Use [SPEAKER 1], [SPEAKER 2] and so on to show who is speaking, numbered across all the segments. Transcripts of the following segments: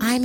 [SPEAKER 1] I'm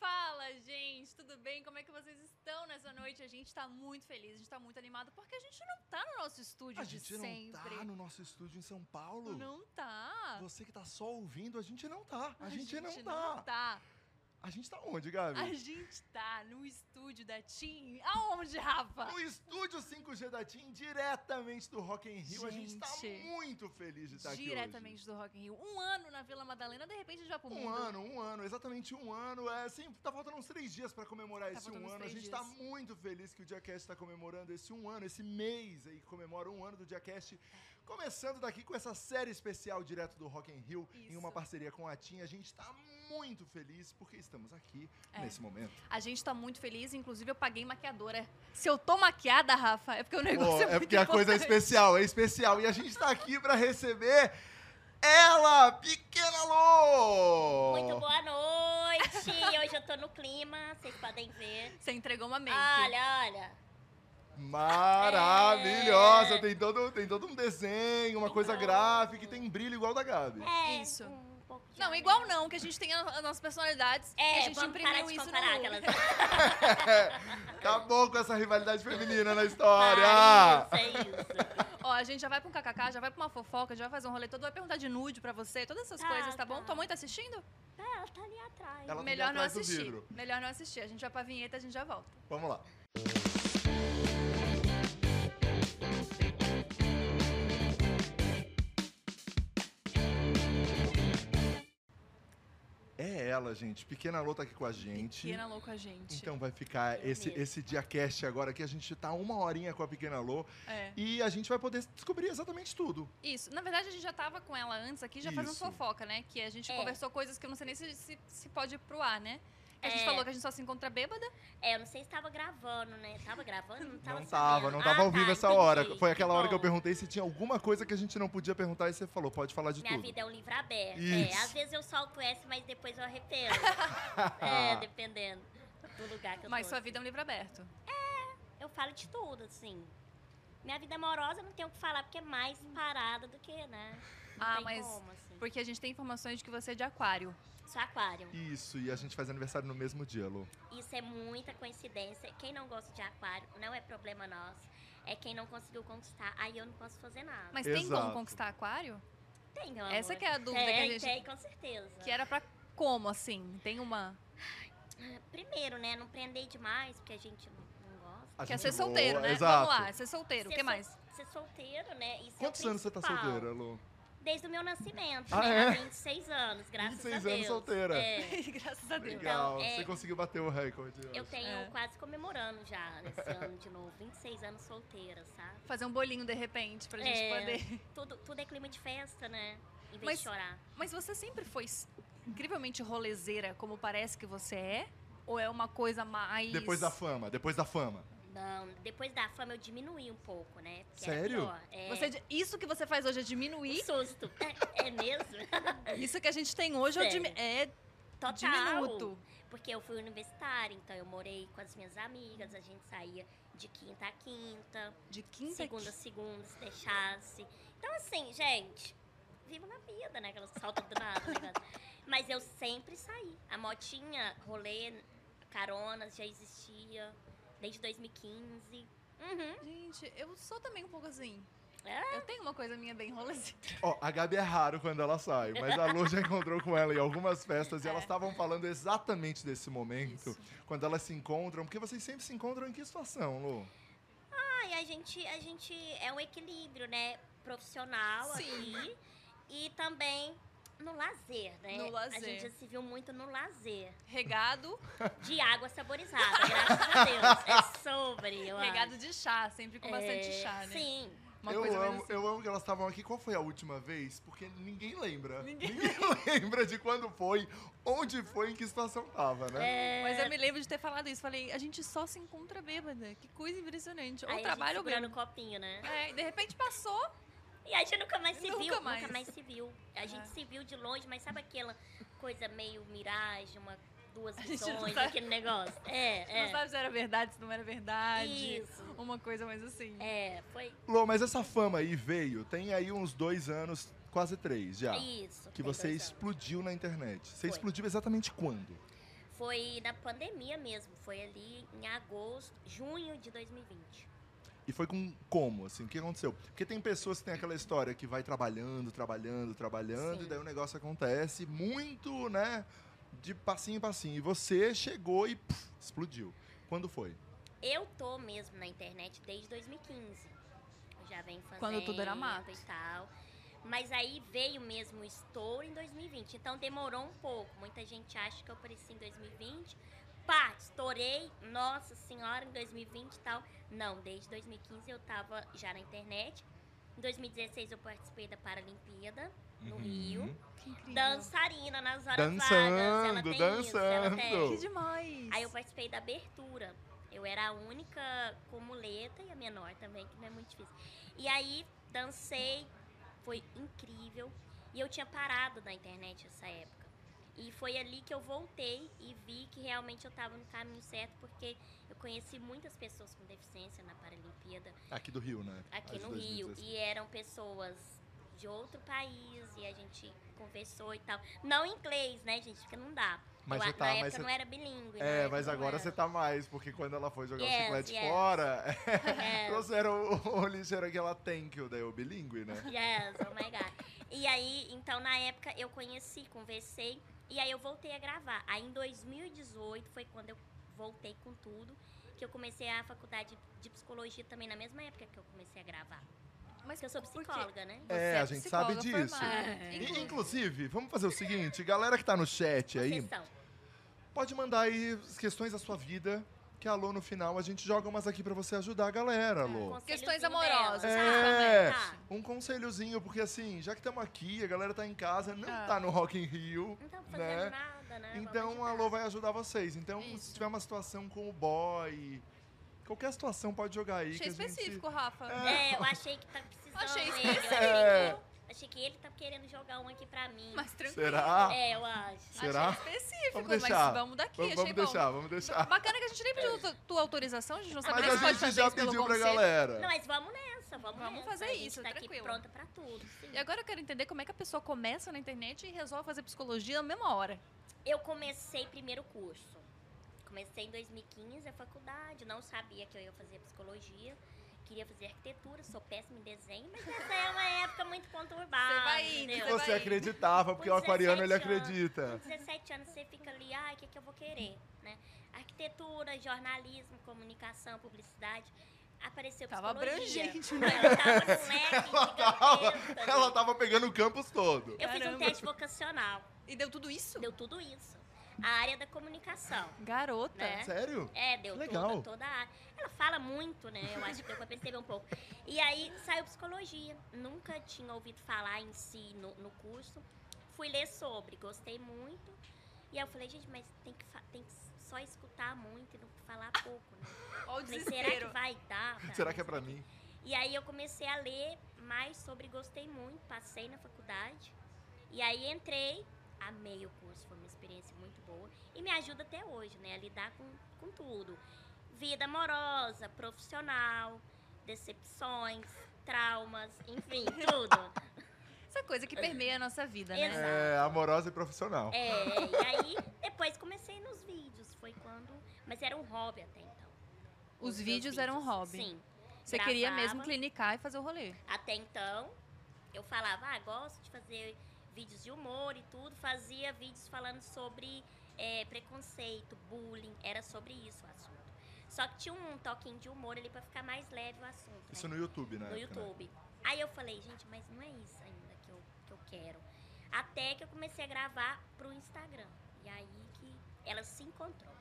[SPEAKER 2] Fala, gente, tudo bem? Como é que vocês estão nessa noite? A gente tá muito feliz, a gente tá muito animado, porque a gente não tá no nosso estúdio
[SPEAKER 3] A
[SPEAKER 2] de
[SPEAKER 3] gente não
[SPEAKER 2] sempre.
[SPEAKER 3] tá no nosso estúdio em São Paulo.
[SPEAKER 2] Não tá.
[SPEAKER 3] Você que tá só ouvindo, a gente não tá. A, gente, não, tá.
[SPEAKER 2] não tá.
[SPEAKER 3] A gente tá onde, Gabi?
[SPEAKER 2] A gente tá no estúdio da Tim. Aonde, Rafa?
[SPEAKER 3] No estúdio 5G da TIM, diretamente do Rock in Rio. A gente tá
[SPEAKER 2] Gente.
[SPEAKER 3] muito feliz de estar aqui
[SPEAKER 2] Diretamente do Rock in Rio. Um ano na Vila Madalena, de repente a gente vai pro
[SPEAKER 3] hoje.
[SPEAKER 2] mundo.
[SPEAKER 3] Um ano, um ano, exatamente um ano. É, sim, tá faltando uns três dias pra comemorar
[SPEAKER 2] Tá
[SPEAKER 3] esse
[SPEAKER 2] faltando
[SPEAKER 3] um
[SPEAKER 2] uns
[SPEAKER 3] ano. A
[SPEAKER 2] três
[SPEAKER 3] gente
[SPEAKER 2] dias.
[SPEAKER 3] tá muito feliz que o DiaCast tá comemorando esse um ano, esse mês aí que comemora um ano do DiaCast. Começando daqui com essa série especial direto do Rock in Rio, em uma
[SPEAKER 2] Isso.
[SPEAKER 3] parceria com a TIM. A gente tá muito feliz porque estamos aqui
[SPEAKER 2] É.
[SPEAKER 3] nesse momento.
[SPEAKER 2] A gente tá muito feliz, inclusive eu paguei maquiadora. Se eu tô maquiada, Rafa, é porque o negócio
[SPEAKER 3] Pô,
[SPEAKER 2] é muito
[SPEAKER 3] é porque a coisa é
[SPEAKER 2] importante.
[SPEAKER 3] especial, é especial. E a gente tá aqui pra receber ela, Pequena Lô!
[SPEAKER 4] Muito boa noite! Hoje eu tô no clima, vocês podem ver.
[SPEAKER 2] Você entregou uma make.
[SPEAKER 4] Olha, olha.
[SPEAKER 3] Maravilhosa!
[SPEAKER 4] É.
[SPEAKER 3] Tem, todo, tem todo um desenho, uma coisa
[SPEAKER 4] todo.
[SPEAKER 3] gráfica e tem brilho igual da Gabi.
[SPEAKER 4] É,
[SPEAKER 2] Isso.
[SPEAKER 4] um pouco de
[SPEAKER 2] Não,
[SPEAKER 4] amor.
[SPEAKER 2] igual não, que a gente tem a- as nossas personalidades. e a
[SPEAKER 4] É,
[SPEAKER 2] gente
[SPEAKER 4] vamos parar
[SPEAKER 2] imprimiu
[SPEAKER 4] de
[SPEAKER 2] isso
[SPEAKER 4] comparar
[SPEAKER 2] no...
[SPEAKER 4] aquelas...
[SPEAKER 3] Acabou Tá com essa rivalidade feminina na
[SPEAKER 4] Ah,
[SPEAKER 3] história!
[SPEAKER 4] isso, é isso.
[SPEAKER 2] Ó, a gente já vai pra um kkk, já vai pra uma fofoca, já vai fazer um rolê todo, vai perguntar de nude pra você, todas essas
[SPEAKER 4] Tá,
[SPEAKER 2] coisas, tá bom?
[SPEAKER 4] tá.
[SPEAKER 2] Tua mãe tá assistindo?
[SPEAKER 4] Ah, ela tá ali atrás.
[SPEAKER 3] Ela- tá
[SPEAKER 2] Melhor não
[SPEAKER 3] atrás do
[SPEAKER 2] assistir.
[SPEAKER 3] vidro.
[SPEAKER 2] Melhor não assistir. A gente vai pra vinheta, a gente já volta.
[SPEAKER 3] Vamos lá. É ela, gente. Pequena Lô tá aqui com a gente.
[SPEAKER 2] Pequena louca, gente.
[SPEAKER 3] Então vai ficar esse,
[SPEAKER 4] mesmo.
[SPEAKER 3] esse dia cast agora que a gente tá uma horinha com a Pequena Lô
[SPEAKER 2] É.
[SPEAKER 3] e a gente vai poder descobrir exatamente tudo.
[SPEAKER 2] Isso. Na verdade, a gente já tava com ela antes aqui, já fazendo
[SPEAKER 3] Isso.
[SPEAKER 2] fofoca, né? Que a gente
[SPEAKER 4] É.
[SPEAKER 2] conversou coisas que eu não sei nem se, se, se pode ir pro ar, né? Que A gente
[SPEAKER 4] É.
[SPEAKER 2] falou que a gente só se encontra bêbada.
[SPEAKER 4] É, eu não sei se tava gravando, né? Tava gravando? Não tava
[SPEAKER 3] não tava,
[SPEAKER 4] sabendo.
[SPEAKER 3] não tava
[SPEAKER 4] Ah,
[SPEAKER 3] ao vivo
[SPEAKER 4] tá,
[SPEAKER 3] essa
[SPEAKER 4] entendi.
[SPEAKER 3] hora. Foi aquela hora que eu
[SPEAKER 4] Bom,
[SPEAKER 3] perguntei se tinha alguma coisa que a gente não podia perguntar e você falou, pode falar de
[SPEAKER 4] Minha
[SPEAKER 3] tudo.
[SPEAKER 4] vida é um livro aberto. É,
[SPEAKER 3] Isso.
[SPEAKER 4] às vezes eu solto S, mas depois eu arrependo.
[SPEAKER 3] Ah.
[SPEAKER 4] é, dependendo do lugar que eu
[SPEAKER 2] Mas
[SPEAKER 4] tô.
[SPEAKER 2] sua vida é um livro aberto.
[SPEAKER 4] Eu falo de tudo, assim. Minha vida amorosa eu não tenho o que falar, porque é mais parada do que, né? Não
[SPEAKER 2] Ah,
[SPEAKER 4] tem
[SPEAKER 2] mas
[SPEAKER 4] como, assim.
[SPEAKER 2] Porque a gente tem informações de que você é de aquário.
[SPEAKER 4] Sou aquário.
[SPEAKER 3] Isso, e a gente faz aniversário no mesmo dia, Lô.
[SPEAKER 4] Isso é muita coincidência. Quem não gosta de aquário não é problema nosso. É quem não conseguiu conquistar. Aí eu não posso fazer nada.
[SPEAKER 2] Mas tem como
[SPEAKER 3] Exato.
[SPEAKER 2] conquistar aquário?
[SPEAKER 4] tem, meu amor.
[SPEAKER 2] Essa que é a dúvida que a
[SPEAKER 4] Tem,
[SPEAKER 2] gente-
[SPEAKER 4] Tem, com certeza.
[SPEAKER 2] Que é era pra como, assim? Tem uma.
[SPEAKER 4] Primeiro, né? Não prender demais, porque a gente não, não gosta.
[SPEAKER 3] A
[SPEAKER 2] que é
[SPEAKER 3] gente
[SPEAKER 2] ser solteiro,
[SPEAKER 3] voa,
[SPEAKER 2] né?
[SPEAKER 3] Exato.
[SPEAKER 2] Vamos lá, ser solteiro. O
[SPEAKER 4] Ser
[SPEAKER 2] que
[SPEAKER 4] sol-
[SPEAKER 2] mais?
[SPEAKER 4] Ser solteiro, né? Isso é o
[SPEAKER 3] Quantos anos você tá
[SPEAKER 4] principal.
[SPEAKER 3] solteira, Lô?
[SPEAKER 4] Desde o meu nascimento,
[SPEAKER 3] Ah,
[SPEAKER 4] né?
[SPEAKER 3] é?
[SPEAKER 4] Há 26 anos, graças
[SPEAKER 3] 26
[SPEAKER 4] a Deus.
[SPEAKER 3] anos solteira.
[SPEAKER 4] É.
[SPEAKER 2] Graças a Deus.
[SPEAKER 3] Legal,
[SPEAKER 4] é-
[SPEAKER 3] você conseguiu bater o recorde.
[SPEAKER 4] Eu
[SPEAKER 3] acho.
[SPEAKER 4] tenho
[SPEAKER 2] É.
[SPEAKER 4] quase comemorando já nesse ano de novo. 26 anos solteira, sabe?
[SPEAKER 2] Fazer um bolinho de repente pra gente
[SPEAKER 4] É.
[SPEAKER 2] poder.
[SPEAKER 4] Tudo, tudo é clima de festa, né? Em vez
[SPEAKER 2] Mas-
[SPEAKER 4] de chorar.
[SPEAKER 2] Mas você sempre foi s- incrivelmente rolezeira, como parece que você é? Ou é uma coisa mais.
[SPEAKER 3] Depois da fama, depois da fama.
[SPEAKER 4] Não, depois da fama eu dui um pouco, né? Porque
[SPEAKER 3] Sério?
[SPEAKER 4] Era pior. É,
[SPEAKER 2] Você di- isso que você faz hoje é
[SPEAKER 4] Que
[SPEAKER 2] diminuir.
[SPEAKER 4] susto. É, é mesmo?
[SPEAKER 2] Isso que a gente tem hoje é, o
[SPEAKER 4] Sério.
[SPEAKER 2] dimi- é
[SPEAKER 4] Total.
[SPEAKER 2] diminuto.
[SPEAKER 4] Porque eu fui universitária, então eu morei com as minhas amigas, a gente saía de quinta a quinta,
[SPEAKER 2] De quinta
[SPEAKER 4] segunda a
[SPEAKER 2] que-
[SPEAKER 4] segunda, se deixasse. Então, assim, gente, vivo na vida, né? Aquelas saltas do nada, né, negócio. Mas eu sempre saí. A motinha, rolê, caronas, já existia desde 2015. Uhum.
[SPEAKER 2] Gente, eu sou também um pouco assim.
[SPEAKER 4] É?
[SPEAKER 2] Eu tenho uma coisa minha bem rolezinha.
[SPEAKER 3] Ó, a Gabi é raro quando ela sai, mas a Lu já encontrou com ela em algumas festas e
[SPEAKER 4] É.
[SPEAKER 3] elas estavam falando exatamente desse momento, quando elas se encontram, porque vocês sempre se encontram em que situação, Lu?
[SPEAKER 4] Ai, a gente, a gente é um equilíbrio, né? Profissional aqui e também no lazer, né?
[SPEAKER 2] No
[SPEAKER 4] A
[SPEAKER 2] lazer.
[SPEAKER 4] gente já se viu muito no lazer.
[SPEAKER 2] Regado,
[SPEAKER 4] De água saborizada, graças a Deus. É sobre, eu
[SPEAKER 2] regado
[SPEAKER 4] acho.
[SPEAKER 2] de chá, sempre com bastante
[SPEAKER 4] É,
[SPEAKER 2] chá, né?
[SPEAKER 4] Sim.
[SPEAKER 2] Uma
[SPEAKER 3] eu,
[SPEAKER 2] coisa menos
[SPEAKER 3] amo,
[SPEAKER 2] assim.
[SPEAKER 3] eu amo que elas estavam aqui. Qual foi a última vez? Porque ninguém lembra.
[SPEAKER 2] Ninguém
[SPEAKER 3] lembra de quando foi, onde foi, em que situação tava, né?
[SPEAKER 2] Mas
[SPEAKER 4] É.
[SPEAKER 2] eu me lembro de ter falado isso. Falei, a gente só se encontra bêbada. Que coisa impressionante. Ou
[SPEAKER 4] Aí a gente
[SPEAKER 2] Então, trabalho
[SPEAKER 4] segurando
[SPEAKER 2] bêbado.
[SPEAKER 4] o copinho, né?
[SPEAKER 2] É, e de repente passou.
[SPEAKER 4] E a gente nunca mais se
[SPEAKER 2] Nunca
[SPEAKER 4] viu,
[SPEAKER 2] mais. É.
[SPEAKER 4] nunca mais se viu. A gente se viu de longe, mas sabe aquela coisa meio miragem, uma, duas
[SPEAKER 2] gente não
[SPEAKER 4] visões,
[SPEAKER 2] sabe.
[SPEAKER 4] aquele negócio? É,
[SPEAKER 2] Não
[SPEAKER 4] é.
[SPEAKER 2] sabe se era verdade, se não era verdade.
[SPEAKER 4] Isso.
[SPEAKER 2] Uma coisa mais assim.
[SPEAKER 4] É, foi
[SPEAKER 3] Lu, mas essa fama aí veio, tem aí uns dois anos, quase três já.
[SPEAKER 4] isso.
[SPEAKER 3] Tá. Que
[SPEAKER 4] foi
[SPEAKER 3] você
[SPEAKER 4] dois anos.
[SPEAKER 3] explodiu na internet. Você
[SPEAKER 4] Foi.
[SPEAKER 3] explodiu exatamente quando?
[SPEAKER 4] Foi na pandemia mesmo, foi ali em agosto, junho de 2020.
[SPEAKER 3] E foi com como, assim? O que aconteceu? Porque tem pessoas que têm aquela história que vai trabalhando, trabalhando, trabalhando, e daí o negócio acontece muito, né? De passinho em passinho. E você chegou e puf, explodiu. Quando foi?
[SPEAKER 4] Eu tô mesmo na internet desde 2015. Eu já venho fazendo
[SPEAKER 2] Quando tudo era mato.
[SPEAKER 4] e tal. Mas aí veio mesmo o estouro em 2020. Então demorou um pouco. Muita gente acha que eu apareci em 2020. Pá, estourei, nossa senhora, em 2020 e tal. Não, desde 2015 eu tava já na internet. Em 2016 eu participei da Paralimpíada no
[SPEAKER 3] Uhum.
[SPEAKER 4] Rio.
[SPEAKER 2] Que incrível.
[SPEAKER 4] Dançarina nas horas vagas.
[SPEAKER 3] Dançando,
[SPEAKER 4] Ela tem isso, ela tem.
[SPEAKER 3] dançando.
[SPEAKER 2] Que demais.
[SPEAKER 4] Aí eu participei da abertura. Eu era a única com muleta e a menor também, que não é muito difícil. E aí dancei, foi incrível. E eu tinha parado na internet essa época. E foi ali que eu voltei e vi que realmente eu estava no caminho certo, porque eu conheci muitas pessoas com deficiência na Paralimpíada
[SPEAKER 3] Aqui do Rio, né?
[SPEAKER 4] aqui
[SPEAKER 3] As
[SPEAKER 4] no
[SPEAKER 3] de
[SPEAKER 4] Rio.
[SPEAKER 3] 2016.
[SPEAKER 4] E eram pessoas de outro país e a gente conversou e tal. Não em inglês, né, gente? Porque não dá.
[SPEAKER 3] Mas
[SPEAKER 4] eu,
[SPEAKER 3] você
[SPEAKER 4] a-
[SPEAKER 3] tá-
[SPEAKER 4] na
[SPEAKER 3] mas
[SPEAKER 4] época
[SPEAKER 3] você-
[SPEAKER 4] eu não era bilíngue. na
[SPEAKER 3] É,
[SPEAKER 4] época
[SPEAKER 3] mas
[SPEAKER 4] eu não
[SPEAKER 3] agora
[SPEAKER 4] era.
[SPEAKER 3] você tá mais, porque quando ela foi jogar o
[SPEAKER 4] Yes,
[SPEAKER 3] chiclete
[SPEAKER 4] yes.
[SPEAKER 3] fora,
[SPEAKER 4] É.
[SPEAKER 3] trouxeram o, o lixeiro que ela tem, que o daí é o bilíngue, né?
[SPEAKER 4] Yes, oh my god. E aí, então, na época, eu conheci, conversei, e aí eu voltei a gravar. Aí, em 2018, foi quando eu voltei com tudo, que eu comecei a faculdade de psicologia também, na mesma época que eu comecei a gravar.
[SPEAKER 2] Mas
[SPEAKER 4] Porque eu sou
[SPEAKER 2] por quê?
[SPEAKER 4] psicóloga, É. né?
[SPEAKER 2] Você
[SPEAKER 3] É, a gente sabe
[SPEAKER 2] psicóloga
[SPEAKER 3] disso.
[SPEAKER 2] formada.
[SPEAKER 3] E,
[SPEAKER 2] Inclusive,
[SPEAKER 3] inclusive, vamos fazer o seguinte, galera que tá no chat aí,
[SPEAKER 4] Sessão.
[SPEAKER 3] pode mandar aí as questões da sua vida, que a Lô no final a gente joga umas aqui pra você ajudar a
[SPEAKER 4] Ah,
[SPEAKER 3] galera, Lô.
[SPEAKER 2] Questões
[SPEAKER 4] Conselhozinho
[SPEAKER 2] amorosas,
[SPEAKER 4] dela.
[SPEAKER 3] É,
[SPEAKER 4] Tá.
[SPEAKER 3] um conselhozinho, porque assim, já que estamos aqui, a galera tá em casa, não
[SPEAKER 2] Ah.
[SPEAKER 3] tá no Rock in Rio,
[SPEAKER 4] Não estamos fazendo
[SPEAKER 3] né?
[SPEAKER 4] nada, né? Vamos
[SPEAKER 3] Então a
[SPEAKER 4] ajudar.
[SPEAKER 3] Lô vai ajudar vocês. Então, se
[SPEAKER 2] É, Isso.
[SPEAKER 3] tiver uma situação com o boy, qualquer situação pode jogar aí.
[SPEAKER 2] Achei
[SPEAKER 3] que a gente-
[SPEAKER 2] específico, Rafa.
[SPEAKER 4] É, eu achei que tá precisando.
[SPEAKER 2] Achei
[SPEAKER 4] ele,
[SPEAKER 2] específico.
[SPEAKER 3] É.
[SPEAKER 4] achei que- Achei que ele tá querendo jogar um aqui pra mim.
[SPEAKER 2] Mas tranquilo.
[SPEAKER 3] Será?
[SPEAKER 4] É, eu acho.
[SPEAKER 3] Será?
[SPEAKER 2] Achei específico,
[SPEAKER 3] Vamos deixar.
[SPEAKER 2] mas vamos daqui,
[SPEAKER 3] Vamos,
[SPEAKER 2] achei
[SPEAKER 3] vamos
[SPEAKER 2] bom.
[SPEAKER 3] deixar, vamos deixar.
[SPEAKER 2] Bacana que a gente nem pediu tua, tua autorização, a gente não sabe nem
[SPEAKER 3] Mas
[SPEAKER 2] se
[SPEAKER 3] a
[SPEAKER 2] pode
[SPEAKER 3] gente
[SPEAKER 2] fazer
[SPEAKER 3] já
[SPEAKER 2] isso pelo
[SPEAKER 3] pediu pra
[SPEAKER 2] conselho.
[SPEAKER 3] galera.
[SPEAKER 4] Não, mas vamos nessa, vamos,
[SPEAKER 2] Vamos
[SPEAKER 4] nessa.
[SPEAKER 2] fazer
[SPEAKER 4] a gente
[SPEAKER 2] isso,
[SPEAKER 4] tá aqui
[SPEAKER 2] tranquilo.
[SPEAKER 4] pronta pra tudo. sim.
[SPEAKER 2] E agora eu quero entender como é que a pessoa começa na internet e resolve fazer psicologia na mesma hora.
[SPEAKER 4] Eu comecei primeiro curso. Comecei em 2015 a faculdade, não sabia que eu ia fazer psicologia. Queria fazer arquitetura, sou péssima em desenho, mas essa é uma época muito conturbada.
[SPEAKER 2] Você vai indo,
[SPEAKER 4] entendeu?
[SPEAKER 2] você vai
[SPEAKER 3] Você acreditava, porque o
[SPEAKER 4] Com
[SPEAKER 3] aquariano ele
[SPEAKER 4] 17 anos.
[SPEAKER 3] acredita.
[SPEAKER 4] Com 17 anos você fica ali, ai, o que, que eu vou querer? Né? Arquitetura, jornalismo, comunicação, publicidade. Apareceu
[SPEAKER 2] Tava
[SPEAKER 4] psicologia.
[SPEAKER 2] abrangente,
[SPEAKER 4] né? Eu tava com um
[SPEAKER 3] Ela tava,
[SPEAKER 4] leque gigantesco,
[SPEAKER 3] ela
[SPEAKER 4] né?
[SPEAKER 3] tava pegando o campus todo.
[SPEAKER 4] Eu fiz um
[SPEAKER 2] Caramba.
[SPEAKER 4] teste vocacional.
[SPEAKER 2] E deu tudo isso?
[SPEAKER 4] Deu tudo isso. A área da comunicação.
[SPEAKER 2] Garota.
[SPEAKER 4] Né?
[SPEAKER 3] Sério?
[SPEAKER 4] É, deu
[SPEAKER 3] Legal.
[SPEAKER 4] toda, toda a área. Ela fala muito, né? Eu acho que deu pra perceber um pouco. E aí saiu psicologia. Nunca tinha ouvido falar em si no, no curso. Fui ler sobre, gostei muito. E aí eu falei, gente, mas tem que, fa- tem que só escutar muito e não falar pouco, né?
[SPEAKER 2] Olha o
[SPEAKER 4] Falei, será que
[SPEAKER 2] desespero.
[SPEAKER 4] vai dar? pra
[SPEAKER 3] Será
[SPEAKER 4] mim?
[SPEAKER 3] que é pra mim?
[SPEAKER 4] E aí eu comecei a ler mais sobre, gostei muito, passei na faculdade. E aí entrei, amei o curso, foi uma experiência muito boa. E me ajuda até hoje, né, a lidar com, com tudo. Vida amorosa, profissional, decepções, traumas, enfim, tudo.
[SPEAKER 2] Essa coisa que permeia a nossa vida, né?
[SPEAKER 4] Exato.
[SPEAKER 3] É, amorosa e profissional.
[SPEAKER 4] É, e aí depois comecei nos vídeos, foi quando... Mas era um hobby até então.
[SPEAKER 2] Os
[SPEAKER 4] meus
[SPEAKER 2] vídeos eram hobby.
[SPEAKER 4] Sim.
[SPEAKER 2] Você queria
[SPEAKER 4] Gravava.
[SPEAKER 2] mesmo clinicar e fazer o rolê.
[SPEAKER 4] Até então, eu falava, ah, gosto de fazer vídeos de humor e tudo, fazia vídeos falando sobre eh, preconceito, bullying, era sobre isso o assunto. Só que tinha um toquinho de humor ali pra ficar mais leve o assunto.
[SPEAKER 3] Isso
[SPEAKER 4] né?
[SPEAKER 3] no YouTube, né?
[SPEAKER 4] no YouTube. Aí eu falei, gente, mas não é isso ainda que eu, que eu quero. Até que eu comecei a gravar pro Instagram. E aí que ela se encontrou.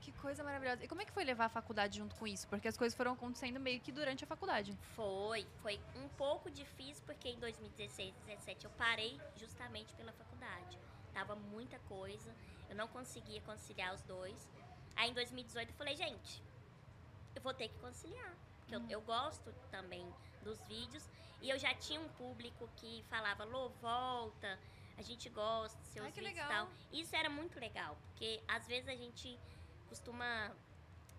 [SPEAKER 2] Que coisa maravilhosa. E como é que foi levar a faculdade junto com isso? Porque as coisas foram acontecendo meio que durante a faculdade.
[SPEAKER 4] Foi, foi um pouco difícil porque em 2016, 2017 eu parei justamente pela faculdade. Tava muita coisa, eu não conseguia conciliar os dois. Aí em 2018 eu falei, gente, eu vou ter que conciliar. Porque
[SPEAKER 2] Hum.
[SPEAKER 4] eu, eu gosto também dos vídeos. E eu já tinha um público que falava, Lô, volta, a gente gosta, dos seus
[SPEAKER 2] Ai, que
[SPEAKER 4] vídeos e
[SPEAKER 2] legal.
[SPEAKER 4] tal. Isso era muito legal, porque às vezes a gente costuma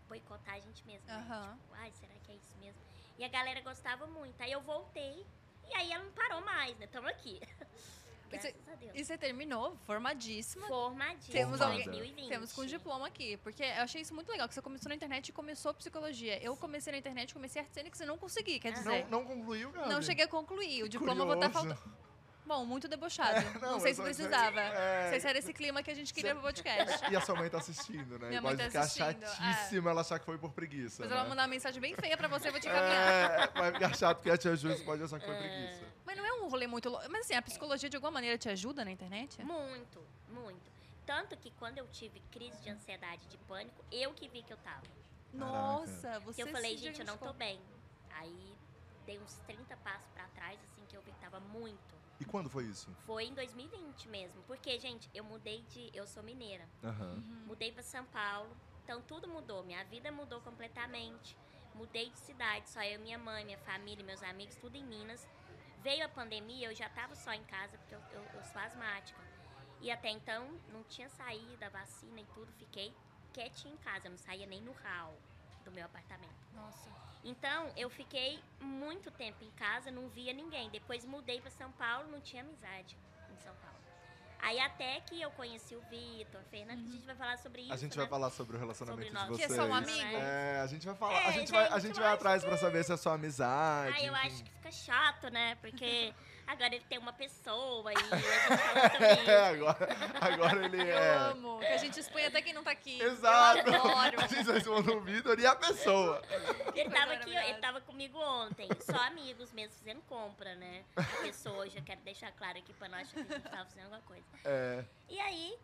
[SPEAKER 4] boicotar a gente mesmo. né?
[SPEAKER 2] Aham.
[SPEAKER 4] Tipo, ai, será que é isso mesmo? E a galera gostava muito. Aí eu voltei e aí ela não parou mais, né? Tamo aqui. Graças a Deus.
[SPEAKER 2] E você terminou formadíssima.
[SPEAKER 4] Formadíssima.
[SPEAKER 2] Temos alguém-
[SPEAKER 4] 2020.
[SPEAKER 2] Temos com diploma aqui, porque eu achei isso muito legal, que você começou na internet e começou psicologia. Eu comecei na internet, comecei artes cênicas e não consegui, quer dizer,
[SPEAKER 3] Não, não concluiu, cara.
[SPEAKER 2] né? não, cheguei a concluir. O diploma vou estar faltando. Bom, muito debochado. não,
[SPEAKER 3] É, não,
[SPEAKER 2] sei se
[SPEAKER 3] eu só-
[SPEAKER 2] precisava.
[SPEAKER 3] é.
[SPEAKER 2] Não sei se era esse clima que a gente queria pro podcast.
[SPEAKER 3] E a sua mãe tá assistindo, né?
[SPEAKER 2] Minha
[SPEAKER 3] Pode
[SPEAKER 2] mãe tá
[SPEAKER 3] ficar
[SPEAKER 2] assistindo,
[SPEAKER 3] chatíssima ela achar que foi por preguiça.
[SPEAKER 2] Mas
[SPEAKER 3] né?
[SPEAKER 2] ela vai mandar uma mensagem bem feia pra você, eu vou te encaminhar.
[SPEAKER 3] É, vai ficar chato porque a tia Júlia pode achar que foi preguiça.
[SPEAKER 2] Mas não é um rolê muito louco. Mas assim, a psicologia de alguma maneira te ajuda na internet?
[SPEAKER 4] Muito, muito. Tanto que quando eu tive crise de ansiedade, de pânico, eu que vi que eu tava.
[SPEAKER 2] Nossa,
[SPEAKER 4] Porque
[SPEAKER 2] você
[SPEAKER 4] eu falei,
[SPEAKER 2] se
[SPEAKER 4] gente, eu não tô
[SPEAKER 2] diagnosticou.
[SPEAKER 4] bem. Aí dei uns 30 passos pra trás, assim, que eu vi que tava muito.
[SPEAKER 3] E quando foi isso?
[SPEAKER 4] Foi em 2020 mesmo. Porque, gente, eu mudei de. Eu sou mineira.
[SPEAKER 2] Uhum. Hum.
[SPEAKER 4] Mudei pra São Paulo. Então tudo mudou. Minha vida mudou completamente. Mudei de cidade. Só eu, minha mãe, minha família, meus amigos, tudo em Minas. Veio a pandemia, eu já tava só em casa, porque eu, eu- eu sou asmática. E até então não tinha saído a vacina e tudo. Fiquei quietinha em casa. Eu não saía nem no hall do meu apartamento.
[SPEAKER 2] Nossa.
[SPEAKER 4] Então, eu fiquei muito tempo em casa, não via ninguém. Depois mudei para São Paulo, não tinha amizade em São Paulo. Aí até que eu conheci o Vitor, a Fernanda, a gente vai falar sobre isso,
[SPEAKER 3] A gente vai
[SPEAKER 4] né?
[SPEAKER 3] falar sobre o relacionamento
[SPEAKER 4] Sobre
[SPEAKER 3] de
[SPEAKER 4] nós.
[SPEAKER 3] vocês.
[SPEAKER 2] Que é só um amigo.
[SPEAKER 3] É, a gente vai falar. a
[SPEAKER 4] É,
[SPEAKER 3] gente, vai, a
[SPEAKER 4] gente,
[SPEAKER 3] gente
[SPEAKER 4] eu
[SPEAKER 3] vai
[SPEAKER 4] acho
[SPEAKER 3] atrás pra saber se é só amizade.
[SPEAKER 4] Ah, eu
[SPEAKER 3] enfim.
[SPEAKER 4] acho que fica chato, né? Porque agora ele tem uma pessoa e a gente fala sobre
[SPEAKER 3] É,
[SPEAKER 4] isso.
[SPEAKER 3] agora, agora ele
[SPEAKER 2] Eu
[SPEAKER 3] é.
[SPEAKER 2] amo. Que a gente expõe até quem não tá aqui.
[SPEAKER 3] Exato.
[SPEAKER 2] Eu adoro.
[SPEAKER 3] A gente vai um chamando o Vitor e a pessoa.
[SPEAKER 4] Ele
[SPEAKER 2] Coisa
[SPEAKER 4] tava aqui, ó,
[SPEAKER 2] maravilhosa.
[SPEAKER 4] ele tava comigo ontem, só amigos mesmo, fazendo compra, né? A pessoa, eu já quero deixar claro aqui pra nós que a gente tava fazendo alguma coisa.
[SPEAKER 3] É.
[SPEAKER 4] E aí,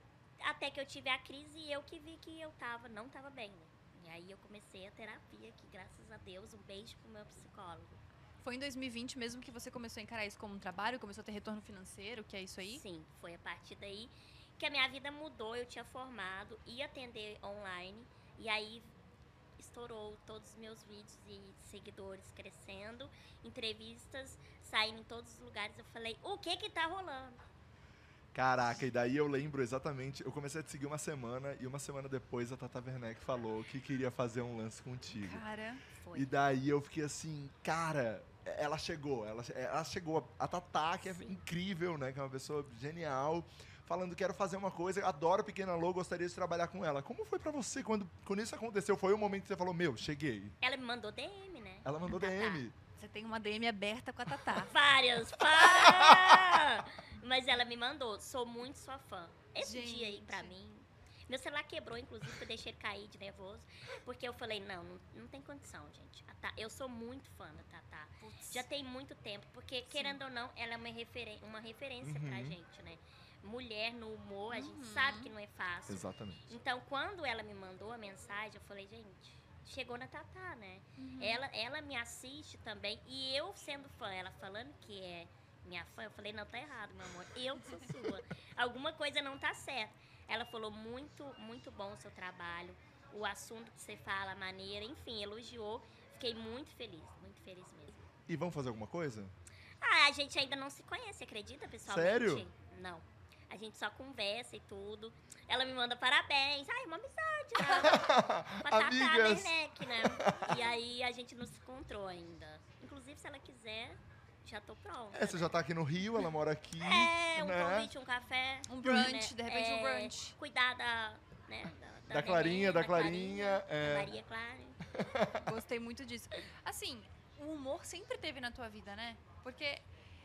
[SPEAKER 4] até que eu tive a crise e eu que vi que eu tava, não tava bem, né? E aí eu comecei a terapia, que graças a Deus, um beijo pro meu psicólogo.
[SPEAKER 2] Foi em 2020 mesmo que você começou a encarar isso como um trabalho, começou a ter retorno financeiro, que é isso aí?
[SPEAKER 4] Sim, foi a partir daí que a minha vida mudou, eu tinha formado, ia atender online, e aí estourou todos os meus vídeos e seguidores crescendo, entrevistas saindo em todos os lugares. Eu falei, o que que tá rolando?
[SPEAKER 3] Caraca, e daí eu lembro exatamente. Eu comecei a te seguir uma semana e uma semana depois a Tata Werneck falou que queria fazer um lance contigo.
[SPEAKER 2] Cara,
[SPEAKER 4] Foi.
[SPEAKER 3] E daí eu fiquei assim, cara, ela chegou, ela, che- ela chegou. A Tatá, que é incrível, né? Que é uma pessoa genial, falando, quero fazer uma coisa, adoro Pequena Lou, gostaria de trabalhar com ela. Como foi pra você quando, quando isso aconteceu? Foi o momento que você falou, meu, cheguei.
[SPEAKER 4] Ela me mandou DM, né?
[SPEAKER 3] Ela mandou DM.
[SPEAKER 2] você tem uma DM aberta com a Tatá.
[SPEAKER 4] Várias, para! Mas ela me mandou, sou muito sua fã. Esse dia aí pra
[SPEAKER 2] Gente.
[SPEAKER 4] mim. Meu celular quebrou, inclusive, eu deixei ele cair de nervoso. Porque eu falei, não, não, não tem condição, gente. A Ta- Eu sou muito fã da Tatá. Já tem muito tempo, porque, querendo ou não, ela é uma, referen- uma referência pra
[SPEAKER 3] Uhum.
[SPEAKER 4] gente, né? Mulher no humor, a gente sabe que não é fácil.
[SPEAKER 3] Exatamente.
[SPEAKER 4] Então, quando ela me mandou a mensagem, eu falei, gente, chegou na Tatá, né? Ela, ela me assiste também. E eu sendo fã, ela falando que é minha fã, eu falei, não, tá errado, meu amor. Eu sou sua. Alguma coisa não tá certa. Ela falou, muito, muito bom o seu trabalho. O assunto que você fala, a maneira, enfim, elogiou. Fiquei muito feliz, muito feliz mesmo.
[SPEAKER 3] E vamos fazer alguma coisa?
[SPEAKER 4] Ah, a gente ainda não se conhece, acredita, pessoalmente?
[SPEAKER 3] Sério?
[SPEAKER 4] Não. A gente só conversa e tudo. Ela me manda parabéns. Ai, uma amizade, né? Com a Tata
[SPEAKER 3] Amigas.
[SPEAKER 4] Werneck, né? E aí a gente não se encontrou ainda. Inclusive, se ela quiser, já tô pronta.
[SPEAKER 3] É, você já tá aqui no Rio, ela mora aqui.
[SPEAKER 4] É, um
[SPEAKER 3] né?
[SPEAKER 4] convite, um café.
[SPEAKER 2] Um brunch,
[SPEAKER 4] né?
[SPEAKER 2] de repente um brunch.
[SPEAKER 4] Cuidar da, né, da,
[SPEAKER 3] Da Clarinha, da Clarinha, é. Tá
[SPEAKER 4] da Maria Clara.
[SPEAKER 2] Gostei muito disso. Assim, o humor sempre teve na tua vida, né? Porque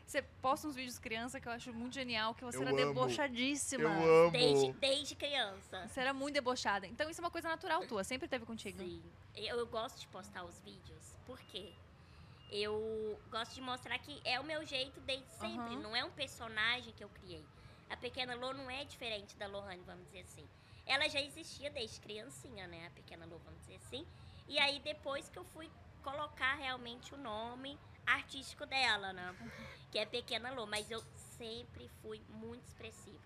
[SPEAKER 2] você posta uns vídeos criança que eu acho muito genial, que você
[SPEAKER 3] Eu
[SPEAKER 2] era
[SPEAKER 3] amo.
[SPEAKER 2] debochadíssima.
[SPEAKER 3] Eu amo.
[SPEAKER 4] Desde, desde criança.
[SPEAKER 2] Você era muito debochada. Então isso é uma coisa natural tua, sempre teve contigo.
[SPEAKER 4] Sim. Eu, eu gosto de postar os vídeos. Por quê? Eu gosto de mostrar que é o meu jeito desde sempre.
[SPEAKER 2] Aham.
[SPEAKER 4] Não é um personagem que eu criei. A pequena Lô não é diferente da Lohane, vamos dizer assim. Ela já existia desde criancinha, né? A pequena Lô, vamos dizer assim. E aí depois que eu fui colocar realmente o nome artístico dela, né? Que é Pequena Lô. Mas eu sempre fui muito expressiva.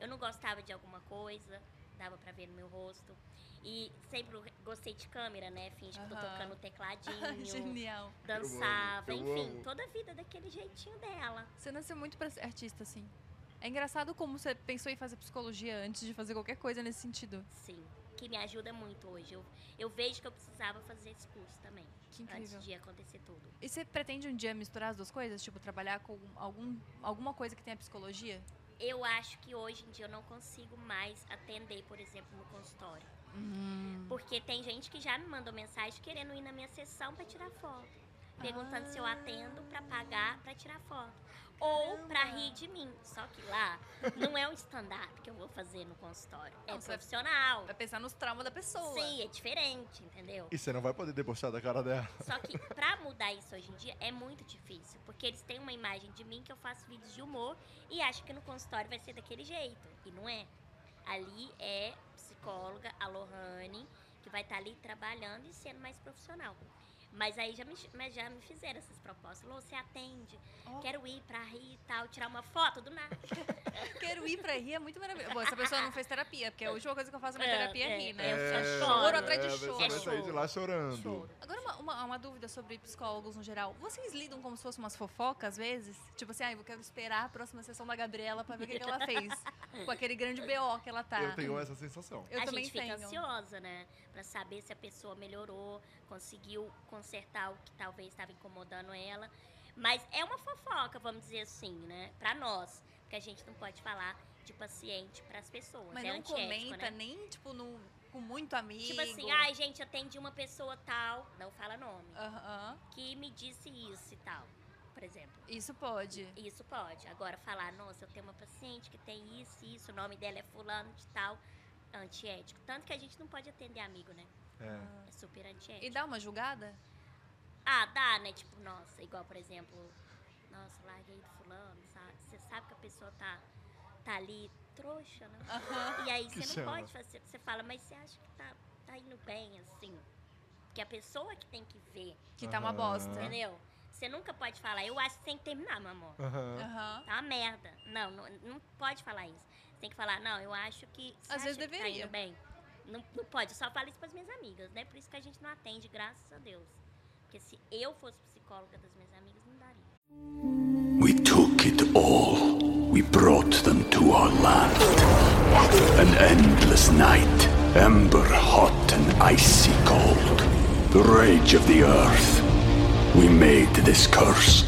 [SPEAKER 4] Eu não gostava de alguma coisa, dava pra ver no meu rosto. E sempre gostei de câmera, né? Finge que tô
[SPEAKER 2] Aham.
[SPEAKER 4] tocando o
[SPEAKER 2] Ai,
[SPEAKER 4] tecladinho,
[SPEAKER 2] genial.
[SPEAKER 4] dançava,
[SPEAKER 3] Eu amo, eu
[SPEAKER 4] enfim,
[SPEAKER 3] amo.
[SPEAKER 4] toda a vida daquele jeitinho dela.
[SPEAKER 2] Você nasceu muito pra ser artista, assim. É engraçado como você pensou em fazer psicologia antes de fazer qualquer coisa nesse sentido.
[SPEAKER 4] Sim, que me ajuda muito hoje. Eu, eu vejo que eu precisava fazer esse curso também,
[SPEAKER 2] Que incrível.
[SPEAKER 4] antes de acontecer tudo.
[SPEAKER 2] E você pretende um dia misturar as duas coisas? Tipo, trabalhar com algum, alguma coisa que tenha psicologia?
[SPEAKER 4] Eu acho que hoje em dia eu não consigo mais atender, por exemplo, no consultório.
[SPEAKER 2] Hum.
[SPEAKER 4] Porque tem gente que já me mandou mensagem querendo ir na minha sessão pra tirar foto. Perguntando
[SPEAKER 2] Ah.
[SPEAKER 4] se eu atendo pra pagar pra tirar foto. Ou pra rir de mim. Só que lá não é um stand-up que eu vou fazer no consultório. É
[SPEAKER 2] Não, você vai-
[SPEAKER 4] profissional.
[SPEAKER 2] Vai pensar nos traumas da pessoa.
[SPEAKER 4] Sim, é diferente, entendeu?
[SPEAKER 3] E você não vai poder debochar da cara dela.
[SPEAKER 4] Só que pra mudar isso hoje em dia é muito difícil, porque eles têm uma imagem de mim que eu faço vídeos de humor e acham que no consultório vai ser daquele jeito. E não é. Ali é psicóloga, a Lohane, que vai estar ali trabalhando e sendo mais profissional. Mas aí já me, ch- mas já me fizeram essas propostas. Lô, você atende,
[SPEAKER 2] Ó.
[SPEAKER 4] quero ir pra rir e tal, tirar uma foto do nada.
[SPEAKER 2] Quero ir pra rir é muito maravilhoso. Bom, essa pessoa não fez terapia, porque a última coisa que eu faço na
[SPEAKER 4] É,
[SPEAKER 2] terapia é
[SPEAKER 4] é,
[SPEAKER 2] rir, né?
[SPEAKER 4] é,
[SPEAKER 2] Eu
[SPEAKER 4] é,
[SPEAKER 2] só choro
[SPEAKER 4] é,
[SPEAKER 2] atrás de
[SPEAKER 3] é,
[SPEAKER 2] choro.
[SPEAKER 3] Você vai sair de lá chorando.
[SPEAKER 4] Choro.
[SPEAKER 2] Agora, uma, uma, uma dúvida sobre psicólogos no geral. Vocês lidam como se fosse umas fofocas, às vezes? Tipo assim, ah, eu quero esperar a próxima sessão da Gabriela pra ver o que, que ela fez. com aquele grande BO que ela tá.
[SPEAKER 3] Eu tenho essa sensação.
[SPEAKER 2] Eu
[SPEAKER 4] a
[SPEAKER 2] também
[SPEAKER 4] gente fica
[SPEAKER 2] tenho.
[SPEAKER 4] ansiosa, né? Pra saber se a pessoa melhorou, conseguiu consertar o que talvez estava incomodando ela. Mas é uma fofoca, vamos dizer assim, né? Pra nós. Porque a gente não pode falar de paciente pras pessoas.
[SPEAKER 2] Mas
[SPEAKER 4] é
[SPEAKER 2] não
[SPEAKER 4] antiético,
[SPEAKER 2] comenta,
[SPEAKER 4] né?
[SPEAKER 2] nem, tipo, no, com muito amigo. Ah.
[SPEAKER 4] Tipo assim, ai, gente, atendi uma pessoa tal, não fala nome,
[SPEAKER 2] Aham.
[SPEAKER 4] que me disse isso e tal, por exemplo.
[SPEAKER 2] Isso pode.
[SPEAKER 4] Isso pode. Agora, falar, nossa, eu tenho uma paciente que tem isso e isso, o nome dela é fulano de tal, antiético. Tanto que a gente não pode atender amigo, né?
[SPEAKER 3] É.
[SPEAKER 4] É super antiético.
[SPEAKER 2] Ah. E dá uma julgada?
[SPEAKER 4] Ah, dá, né? Tipo, nossa, igual, por exemplo, nossa, larguei do fulano, sabe? Você sabe que a pessoa tá, tá ali trouxa, né?
[SPEAKER 2] Ah.
[SPEAKER 4] E aí
[SPEAKER 3] Que
[SPEAKER 4] você não
[SPEAKER 3] chama.
[SPEAKER 4] pode fazer, você fala, mas você acha que tá, tá indo bem, assim? Porque a pessoa que tem que ver,
[SPEAKER 2] Que tá uma bosta.
[SPEAKER 4] entendeu? Você nunca pode falar, eu acho que tem que terminar, meu amor.
[SPEAKER 3] Aham.
[SPEAKER 2] Aham.
[SPEAKER 4] Tá uma merda. Não, não, não pode falar isso. Você tem que falar, não, eu acho que. você
[SPEAKER 2] Às vezes
[SPEAKER 4] acha que
[SPEAKER 2] deveria.
[SPEAKER 4] Tá indo bem. Não, não pode, eu só falo isso pras minhas amigas, né? Por isso que a gente não atende, graças a Deus. Porque se eu fosse psicóloga das minhas amigas, não daria.
[SPEAKER 5] We took it all. We brought them to our land. An endless night, ember hot and icy cold. The rage of the earth. We made this curse.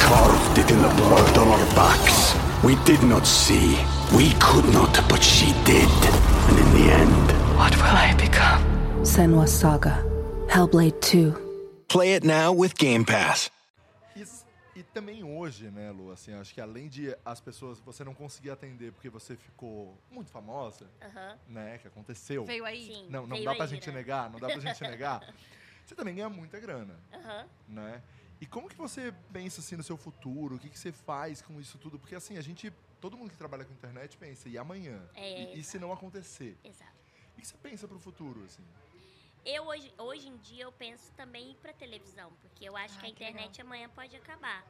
[SPEAKER 5] Carved it in the blood on our backs. We did not see. We could not, but she did. And in the end,
[SPEAKER 6] What will I become? Senwa Saga. Hellblade 2.
[SPEAKER 7] Play it now with Game Pass.
[SPEAKER 3] E, e também hoje, né, Lu, assim, acho que além de as pessoas, você não conseguir atender porque você ficou muito famosa,
[SPEAKER 4] Aham.
[SPEAKER 3] né, que aconteceu.
[SPEAKER 2] Veio aí.
[SPEAKER 4] Sim.
[SPEAKER 3] Não, não
[SPEAKER 4] veio
[SPEAKER 3] dá pra
[SPEAKER 4] aí,
[SPEAKER 3] gente
[SPEAKER 4] né?
[SPEAKER 3] negar, não dá pra gente negar. Você também ganha muita grana,
[SPEAKER 4] Aham.
[SPEAKER 3] né? E como que você pensa, assim, no seu futuro? O que, que você faz com isso tudo? Porque, assim, a gente, todo mundo que trabalha com internet pensa, e amanhã?
[SPEAKER 4] É,
[SPEAKER 3] e, e se não acontecer?
[SPEAKER 4] Exato.
[SPEAKER 3] O que você pensa pro futuro, assim?
[SPEAKER 4] Eu hoje, hoje em dia eu penso também em ir pra televisão, porque eu acho
[SPEAKER 2] Ah,
[SPEAKER 4] que
[SPEAKER 2] que
[SPEAKER 4] a internet amanhã pode acabar.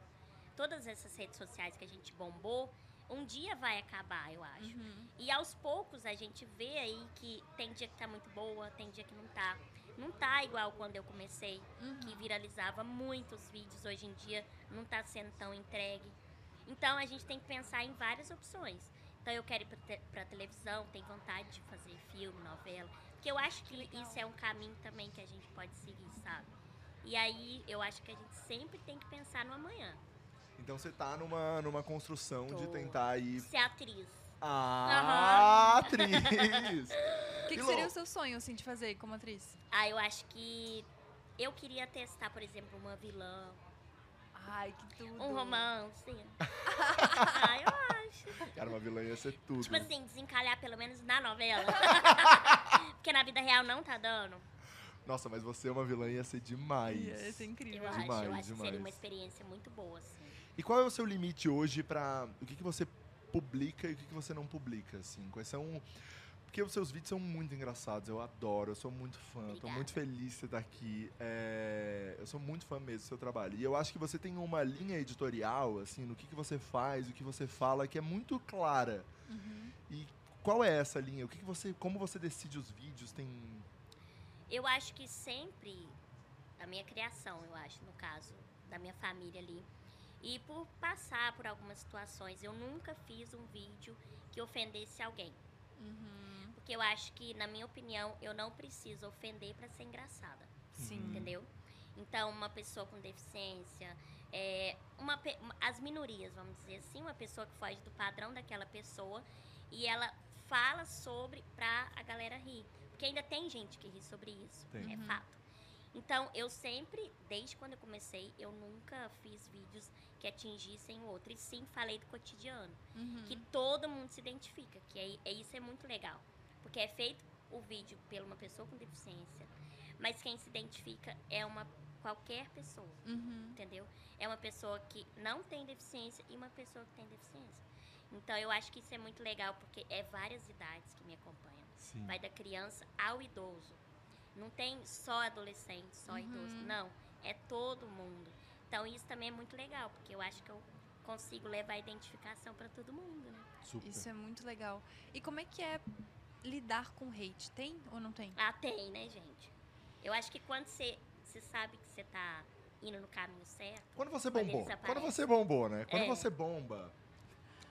[SPEAKER 4] Todas essas redes sociais que a gente bombou, um dia vai acabar, eu acho.
[SPEAKER 2] Uhum.
[SPEAKER 4] E aos poucos a gente vê aí que tem dia que tá muito boa, tem dia que não tá. Não tá igual quando eu comecei, que viralizava muitos vídeos. Hoje em dia não tá sendo tão entregue. Então a gente tem que pensar em várias opções. Então eu quero ir pra, te- pra televisão, tenho vontade de fazer filme, novela. Porque eu acho que isso é um caminho também que a gente pode seguir, sabe? E aí eu acho que a gente sempre tem que pensar no amanhã.
[SPEAKER 3] Então você tá numa, numa construção de
[SPEAKER 4] Tô.
[SPEAKER 3] tentar ir
[SPEAKER 4] Ser atriz.
[SPEAKER 3] Ah, atriz!
[SPEAKER 2] O que, que seria o seu sonho, assim, de fazer como atriz?
[SPEAKER 4] Ah, eu acho que eu queria testar, por exemplo, uma vilã,
[SPEAKER 2] Ai, que tudo.
[SPEAKER 3] Uhum.
[SPEAKER 4] um romance. ah, eu acho.
[SPEAKER 3] Cara, uma vilã ia ser tudo.
[SPEAKER 4] Tipo assim, desencalhar pelo menos na novela. Porque na vida real não tá dando.
[SPEAKER 3] Nossa, mas você é uma vilã ia ser demais.
[SPEAKER 2] Ia ser incrível.
[SPEAKER 4] Eu acho, eu
[SPEAKER 3] Demais,
[SPEAKER 4] acho que seria uma
[SPEAKER 3] demais.
[SPEAKER 4] experiência muito boa, assim.
[SPEAKER 3] E qual é o seu limite hoje pra. o que, que você publica e o que, que você não publica, assim? Quais são. Porque os seus vídeos são muito engraçados, eu adoro, eu sou muito fã, tô
[SPEAKER 4] Obrigada.
[SPEAKER 3] muito feliz de você estar aqui. é, Eu sou muito fã mesmo do seu trabalho. E eu acho que você tem uma linha editorial, assim, no que, que você faz, o que você fala, que é muito clara.
[SPEAKER 2] Uhum.
[SPEAKER 3] E qual é essa linha? O que, que você. Como você decide os vídeos? Tem.
[SPEAKER 4] Eu acho que sempre a minha criação, eu acho, no caso, da minha família ali. E por passar por algumas situações, eu nunca fiz um vídeo que ofendesse alguém.
[SPEAKER 2] Uhum.
[SPEAKER 4] Porque eu acho que, na minha opinião, eu não preciso ofender pra ser engraçada.
[SPEAKER 2] Sim.
[SPEAKER 4] Entendeu? Então, uma pessoa com deficiência, é, uma, pe- uma- as minorias, vamos dizer assim, uma pessoa que foge do padrão daquela pessoa e ela fala sobre pra a galera rir. Porque ainda tem gente que ri sobre isso,
[SPEAKER 3] Tem.
[SPEAKER 4] é fato. Então, eu sempre, desde quando eu comecei, eu nunca fiz vídeos que atingissem o outro. E sim, falei do cotidiano
[SPEAKER 2] Uhum.
[SPEAKER 4] que todo mundo se identifica, que é, é isso é muito legal, porque é feito o vídeo por uma pessoa com deficiência, mas quem se identifica é uma qualquer pessoa,
[SPEAKER 2] Uhum.
[SPEAKER 4] entendeu? É uma pessoa que não tem deficiência e uma pessoa que tem deficiência. Então eu acho que isso é muito legal porque é várias idades que me acompanham.
[SPEAKER 3] Sim.
[SPEAKER 4] Vai da criança ao idoso. Não tem só adolescente, só idoso. Não. É todo mundo. Então isso também é muito legal, porque eu acho que eu consigo levar a identificação para todo mundo, né?
[SPEAKER 3] Super.
[SPEAKER 2] Isso é muito legal. E como é que é lidar com hate? Tem ou não tem?
[SPEAKER 4] Ah, tem, né, gente? Eu acho que quando você, você sabe que você tá indo no caminho certo.
[SPEAKER 3] Quando você
[SPEAKER 4] Quando
[SPEAKER 3] bombou.
[SPEAKER 4] eles
[SPEAKER 3] Quando,
[SPEAKER 4] aparecem.
[SPEAKER 3] você bombou, né? Quando
[SPEAKER 4] É.
[SPEAKER 3] você bomba.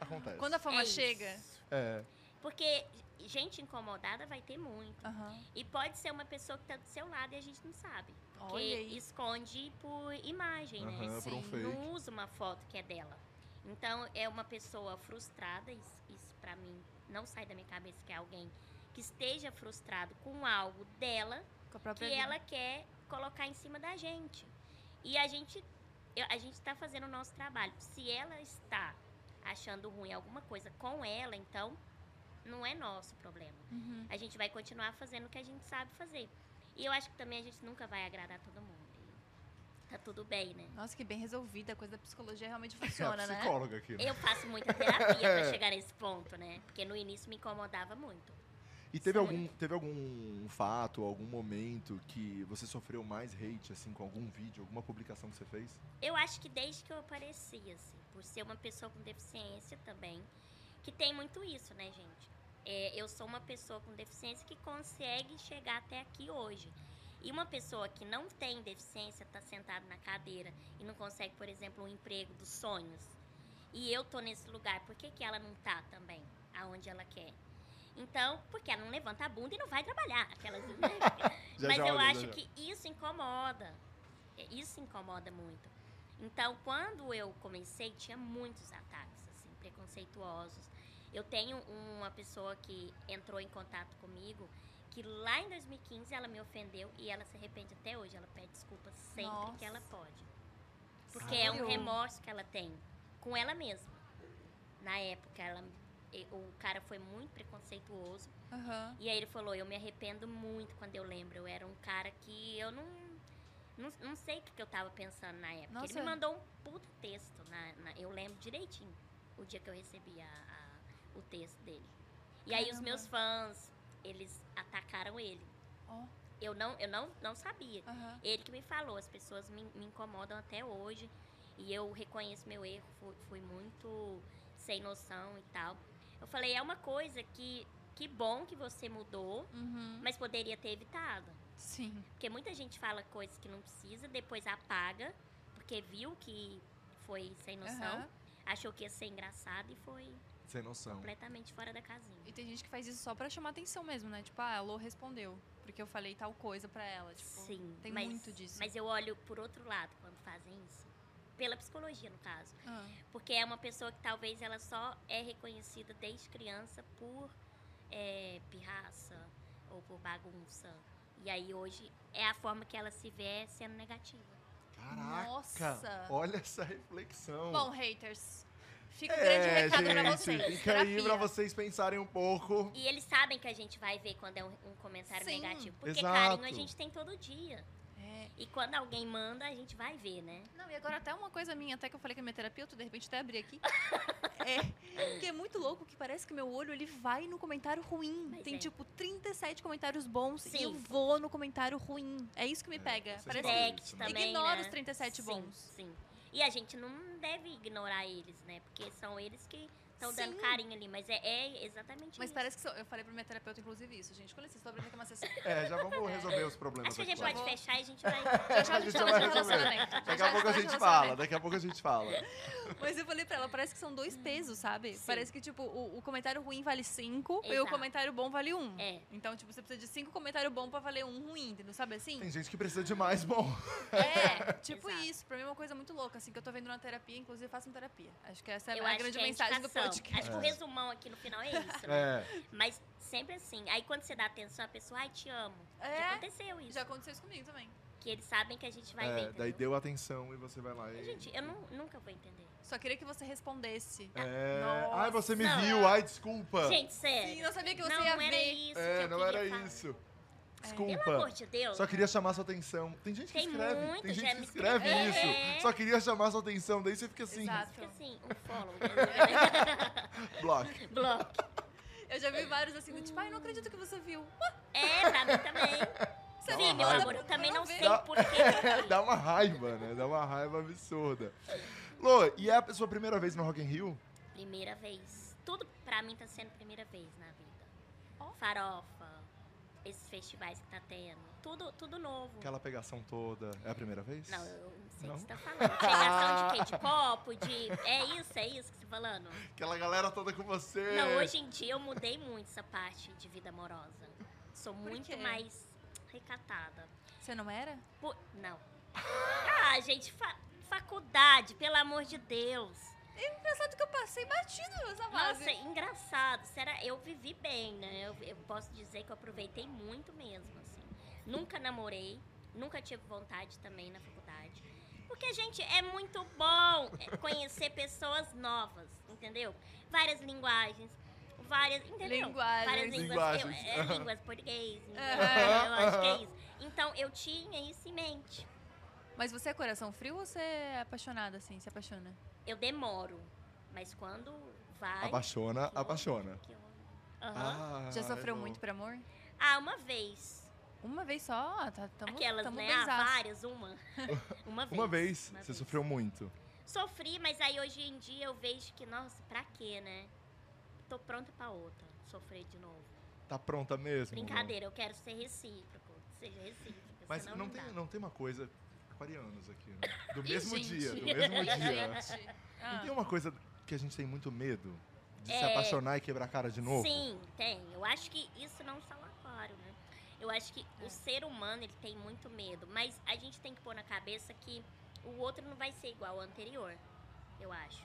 [SPEAKER 3] Acontece.
[SPEAKER 2] Quando a fama
[SPEAKER 4] é isso.
[SPEAKER 2] chega?
[SPEAKER 3] É.
[SPEAKER 4] Porque gente incomodada vai ter muito.
[SPEAKER 2] Aham.
[SPEAKER 4] E pode ser uma pessoa que tá do seu lado e a gente não sabe. Porque
[SPEAKER 2] Olha aí.
[SPEAKER 4] esconde por imagem, né?
[SPEAKER 3] Aham, por um
[SPEAKER 2] Sim.
[SPEAKER 3] fake.
[SPEAKER 4] não usa uma foto que é dela. Então é uma pessoa frustrada, isso, isso para mim não sai da minha cabeça que é alguém que esteja frustrado com algo dela
[SPEAKER 2] Com a própria
[SPEAKER 4] que
[SPEAKER 2] vida.
[SPEAKER 4] ela quer colocar em cima da gente. E a gente eu- a gente está fazendo o nosso trabalho. Se ela está achando ruim alguma coisa com ela, então não é nosso problema.
[SPEAKER 2] Uhum.
[SPEAKER 4] A gente vai continuar fazendo o que a gente sabe fazer. E eu acho que também a gente nunca vai agradar todo mundo. E Tá tudo bem, né?
[SPEAKER 2] Nossa, que bem resolvida. A coisa da psicologia realmente
[SPEAKER 3] É a
[SPEAKER 2] funciona, né?
[SPEAKER 3] psicóloga aqui. né?
[SPEAKER 4] Eu faço muita terapia pra chegar nesse ponto, né? Porque no início me incomodava muito.
[SPEAKER 3] E teve
[SPEAKER 4] Sim.
[SPEAKER 3] algum, teve algum fato, algum momento que você sofreu mais hate, assim, com algum vídeo, alguma publicação que você fez?
[SPEAKER 4] Eu acho que desde que eu apareci, assim, por ser uma pessoa com deficiência também, que tem muito isso, né, gente? É, eu sou uma pessoa com deficiência que consegue chegar até aqui hoje. E uma pessoa que não tem deficiência, tá sentada na cadeira e não consegue, por exemplo, um emprego dos sonhos. E eu tô nesse lugar, por que, que ela não tá também aonde ela quer? Então, porque ela não levanta a bunda e não vai trabalhar. Aquelas, né?
[SPEAKER 3] Já,
[SPEAKER 4] Mas
[SPEAKER 3] já,
[SPEAKER 4] eu
[SPEAKER 3] olha, já,
[SPEAKER 4] acho
[SPEAKER 3] já.
[SPEAKER 4] que isso incomoda. É, Isso incomoda muito. Então, quando eu comecei, tinha muitos ataques, assim, preconceituosos. Eu tenho uma pessoa que entrou em contato comigo, que lá em 2015 ela me ofendeu e ela se arrepende até hoje. Ela pede desculpa sempre
[SPEAKER 2] Nossa.
[SPEAKER 4] que ela pode. Porque é um
[SPEAKER 2] Sério?
[SPEAKER 4] remorso que ela tem com ela mesma. Na época, ela, e- o cara foi muito preconceituoso.
[SPEAKER 2] Aham.
[SPEAKER 4] E aí ele falou, eu me arrependo muito quando eu lembro. Eu era um cara que eu não. Não, não sei o que, que eu tava pensando na época. Ele
[SPEAKER 2] Nossa.
[SPEAKER 4] me mandou um puta texto. Na, na- eu lembro direitinho o dia que eu recebi a- a- o texto dele. E aí os
[SPEAKER 2] Caramba.
[SPEAKER 4] meus fãs, eles atacaram ele.
[SPEAKER 2] Ó.
[SPEAKER 4] Eu não, eu não, não sabia.
[SPEAKER 2] Aham.
[SPEAKER 4] Ele que me falou, as pessoas me, me incomodam até hoje. E eu reconheço meu erro, fui, fui muito sem noção e tal. Eu falei, é uma coisa que. Que bom que você mudou,
[SPEAKER 2] Uhum.
[SPEAKER 4] mas poderia ter evitado.
[SPEAKER 2] Sim.
[SPEAKER 4] Porque muita gente fala coisas que não precisa, depois apaga, porque viu que foi sem noção,
[SPEAKER 2] Aham.
[SPEAKER 4] achou que ia ser engraçado e foi
[SPEAKER 3] Sem noção.
[SPEAKER 4] completamente fora da casinha.
[SPEAKER 2] E tem gente que faz isso só pra chamar atenção mesmo, né? Tipo, ah, a Lô respondeu. Porque eu falei tal coisa pra ela. Tipo,
[SPEAKER 4] Sim,
[SPEAKER 2] tem
[SPEAKER 4] mas,
[SPEAKER 2] muito disso.
[SPEAKER 4] Mas eu olho por outro lado quando fazem isso. Pela psicologia, no caso.
[SPEAKER 2] Ah,
[SPEAKER 4] Porque é uma pessoa que talvez ela só é reconhecida desde criança por é, pirraça, ou por bagunça. E aí hoje é a forma que ela se vê sendo negativa.
[SPEAKER 3] Caraca!
[SPEAKER 2] Nossa.
[SPEAKER 3] Olha essa reflexão. É,
[SPEAKER 2] Bom, haters, fica o grande recado pra vocês.
[SPEAKER 3] Fica aí pra
[SPEAKER 2] Terapia.
[SPEAKER 3] vocês pensarem um pouco.
[SPEAKER 4] E eles sabem que a gente vai ver quando é um, um comentário
[SPEAKER 2] Sim.
[SPEAKER 4] negativo. Porque
[SPEAKER 3] Exato.
[SPEAKER 4] carinho a gente tem todo dia.
[SPEAKER 2] É.
[SPEAKER 4] E quando alguém manda, a gente vai ver, né?
[SPEAKER 2] Não, e agora até uma coisa minha, até que eu falei que é minha terapeuta, de repente até abri aqui. É, que é muito louco, que parece que meu olho, ele vai no comentário ruim.
[SPEAKER 4] Mas
[SPEAKER 2] Tem,
[SPEAKER 4] é.
[SPEAKER 2] tipo, 37 comentários bons e
[SPEAKER 4] Sim.
[SPEAKER 2] eu vou no comentário ruim. É isso que me pega.
[SPEAKER 3] vocês
[SPEAKER 2] Parece
[SPEAKER 3] falam.
[SPEAKER 2] que
[SPEAKER 4] Direct
[SPEAKER 3] isso, né?
[SPEAKER 4] também.
[SPEAKER 2] Ignora
[SPEAKER 4] né?
[SPEAKER 2] os 37
[SPEAKER 4] sim,
[SPEAKER 2] bons.
[SPEAKER 4] Sim. E a gente não deve ignorar eles, né? Porque são eles que estão dando
[SPEAKER 2] Sim.
[SPEAKER 4] carinho ali. Mas é, é exatamente
[SPEAKER 2] Mas
[SPEAKER 4] isso.
[SPEAKER 2] parece que sou- eu falei pra minha terapeuta, inclusive, isso, gente. Com licença, tô abrindo aqui uma sessão.
[SPEAKER 3] É, já vamos resolver os problemas.
[SPEAKER 4] Acho que a gente
[SPEAKER 3] aqui,
[SPEAKER 4] pode
[SPEAKER 3] vai.
[SPEAKER 4] fechar e a gente vai.
[SPEAKER 2] Já já a gente
[SPEAKER 3] Já
[SPEAKER 2] fala
[SPEAKER 3] vai
[SPEAKER 2] de
[SPEAKER 3] resolver.
[SPEAKER 2] um relacionamento. Já
[SPEAKER 3] Daqui
[SPEAKER 2] já
[SPEAKER 3] a pouco a
[SPEAKER 2] fala de
[SPEAKER 3] gente
[SPEAKER 2] relacionamento.
[SPEAKER 3] fala, daqui a pouco a gente fala.
[SPEAKER 2] Mas eu falei pra ela, parece que são
[SPEAKER 4] Hum.
[SPEAKER 2] dois pesos, sabe? Parece que, tipo, o, o comentário ruim vale cinco e o
[SPEAKER 4] Exato.
[SPEAKER 2] comentário bom vale um.
[SPEAKER 4] É.
[SPEAKER 2] Então, tipo, você precisa de cinco comentários bons pra valer um ruim, entendeu? sabe assim?
[SPEAKER 3] Tem gente que precisa de mais, bom.
[SPEAKER 2] É, tipo
[SPEAKER 4] Exato.
[SPEAKER 2] isso. Pra mim é uma coisa muito louca, assim, que eu tô vendo na terapia. Inclusive, façam terapia. Acho que essa é
[SPEAKER 4] Eu
[SPEAKER 2] a
[SPEAKER 4] acho
[SPEAKER 2] grande
[SPEAKER 4] que é
[SPEAKER 2] mensagem do
[SPEAKER 4] indicação.
[SPEAKER 2] podcast.
[SPEAKER 4] Acho que o resumão aqui no final é isso, né?
[SPEAKER 3] É.
[SPEAKER 4] Mas sempre assim. Aí quando você dá atenção, a pessoa, ai, te amo. Já
[SPEAKER 2] É,
[SPEAKER 4] aconteceu isso.
[SPEAKER 2] já aconteceu isso comigo também.
[SPEAKER 4] Que eles sabem que a gente vai
[SPEAKER 3] É,
[SPEAKER 4] ver.
[SPEAKER 3] daí
[SPEAKER 4] entendeu?
[SPEAKER 3] deu atenção e você vai lá e...
[SPEAKER 4] Gente, eu não- nunca vou entender.
[SPEAKER 2] Só queria que você respondesse.
[SPEAKER 3] É...
[SPEAKER 2] Nossa.
[SPEAKER 3] Ai, você me
[SPEAKER 4] Não.
[SPEAKER 3] viu, ai, desculpa.
[SPEAKER 4] Gente, sério.
[SPEAKER 2] Sim, não sabia que você
[SPEAKER 4] É. não,
[SPEAKER 2] ia
[SPEAKER 4] não era
[SPEAKER 2] ver.
[SPEAKER 4] isso.
[SPEAKER 3] Ah. é,
[SPEAKER 4] que eu
[SPEAKER 3] não era
[SPEAKER 4] queria falar. É.
[SPEAKER 3] isso.
[SPEAKER 4] Pelo amor
[SPEAKER 3] Desculpa.
[SPEAKER 4] de Deus.
[SPEAKER 3] Só queria chamar sua atenção. Tem gente que
[SPEAKER 4] Tem
[SPEAKER 3] escreve,
[SPEAKER 4] muito,
[SPEAKER 3] tem gente
[SPEAKER 4] já
[SPEAKER 3] que
[SPEAKER 4] me
[SPEAKER 3] escreve
[SPEAKER 4] escreveu.
[SPEAKER 3] isso.
[SPEAKER 4] É.
[SPEAKER 3] Só queria chamar sua atenção, daí você fica assim,
[SPEAKER 2] Exato.
[SPEAKER 4] Fica assim, um follow. entendeu?
[SPEAKER 3] bloco.
[SPEAKER 4] Bloco.
[SPEAKER 2] Eu já vi vários assim, do tipo, ai, não acredito que você viu.
[SPEAKER 4] É, pra mim também.
[SPEAKER 2] Você viu?
[SPEAKER 3] Dá uma
[SPEAKER 4] Sim, meu
[SPEAKER 3] raiva.
[SPEAKER 4] amor, eu também não sei
[SPEAKER 3] Dá-
[SPEAKER 4] porquê.
[SPEAKER 3] É, Dá uma raiva, né? Dá uma raiva absurda. Lô, e é a sua primeira vez no Rock in Rio?
[SPEAKER 4] Primeira vez. Tudo pra mim tá sendo primeira vez na vida.
[SPEAKER 2] Ó.
[SPEAKER 4] Farofa, esses festivais que tá tendo. Tudo, tudo novo.
[SPEAKER 3] Aquela pegação toda. É a primeira vez?
[SPEAKER 4] Não, eu não sei o
[SPEAKER 3] Não?
[SPEAKER 4] que você tá falando. Pegação de quê? De copo? De. É isso? É isso que você tá falando?
[SPEAKER 3] Aquela galera toda com você.
[SPEAKER 4] Não, hoje em dia eu mudei muito essa parte de vida amorosa. Sou muito
[SPEAKER 2] quê?
[SPEAKER 4] mais recatada.
[SPEAKER 2] Você não era?
[SPEAKER 4] Pô, não. Ah, gente, fa- faculdade, pelo amor de Deus.
[SPEAKER 2] Engraçado que eu passei batido nessa fase.
[SPEAKER 4] Nossa, engraçado. Será? Eu vivi bem, né? Eu, eu posso dizer que eu aproveitei muito mesmo, assim. Nunca namorei, nunca tive vontade também na faculdade. Porque, gente, é muito bom é, conhecer pessoas novas, entendeu? Várias linguagens, várias. Entendeu?
[SPEAKER 2] Linguagens.
[SPEAKER 4] Várias línguas. Eu, é,
[SPEAKER 3] Linguagens.
[SPEAKER 4] línguas português, línguas,
[SPEAKER 2] Aham.
[SPEAKER 4] eu acho que é isso. Então, eu tinha isso em mente.
[SPEAKER 2] Mas você é coração frio ou você é apaixonada, assim, se apaixona?
[SPEAKER 4] Eu demoro, mas quando vai.
[SPEAKER 3] Apaixona,
[SPEAKER 4] que eu-
[SPEAKER 3] apaixona. Ah. é
[SPEAKER 4] que eu- é Aham.
[SPEAKER 2] já sofreu
[SPEAKER 3] não.
[SPEAKER 2] muito por amor?
[SPEAKER 4] Ah, uma vez.
[SPEAKER 2] Uma vez só? Ah, Tá, tamo,
[SPEAKER 4] Aquelas,
[SPEAKER 2] tamo
[SPEAKER 4] né? Ah,
[SPEAKER 2] benzaço.
[SPEAKER 4] várias, uma. uma vez.
[SPEAKER 3] Uma vez,
[SPEAKER 4] uma
[SPEAKER 3] você sofreu um- muito.
[SPEAKER 4] Sofri, mas aí hoje em dia eu vejo que, nossa, pra quê, né? Tô pronta pra outra, sofrer de novo.
[SPEAKER 3] Tá pronta mesmo? Lô?
[SPEAKER 4] Brincadeira, eu quero ser recíproco. Seja recíproco,
[SPEAKER 3] Mas
[SPEAKER 4] senão
[SPEAKER 3] não,
[SPEAKER 4] não,
[SPEAKER 3] tem,
[SPEAKER 4] dá.
[SPEAKER 3] não tem uma coisa. Aquarianos aqui, né? Do
[SPEAKER 2] Ih,
[SPEAKER 3] mesmo
[SPEAKER 2] gente.
[SPEAKER 3] dia, do mesmo dia. Então,
[SPEAKER 2] Gente.
[SPEAKER 3] Não
[SPEAKER 2] Ah.
[SPEAKER 3] tem uma coisa que a gente tem muito medo de se
[SPEAKER 4] É.
[SPEAKER 3] apaixonar e quebrar a cara de novo?
[SPEAKER 4] Sim, tem. Eu acho que isso não está lá claro, né? Eu acho que
[SPEAKER 2] É.
[SPEAKER 4] o ser humano, ele tem muito medo. Mas a gente tem que pôr na cabeça que o outro não vai ser igual ao anterior, eu acho.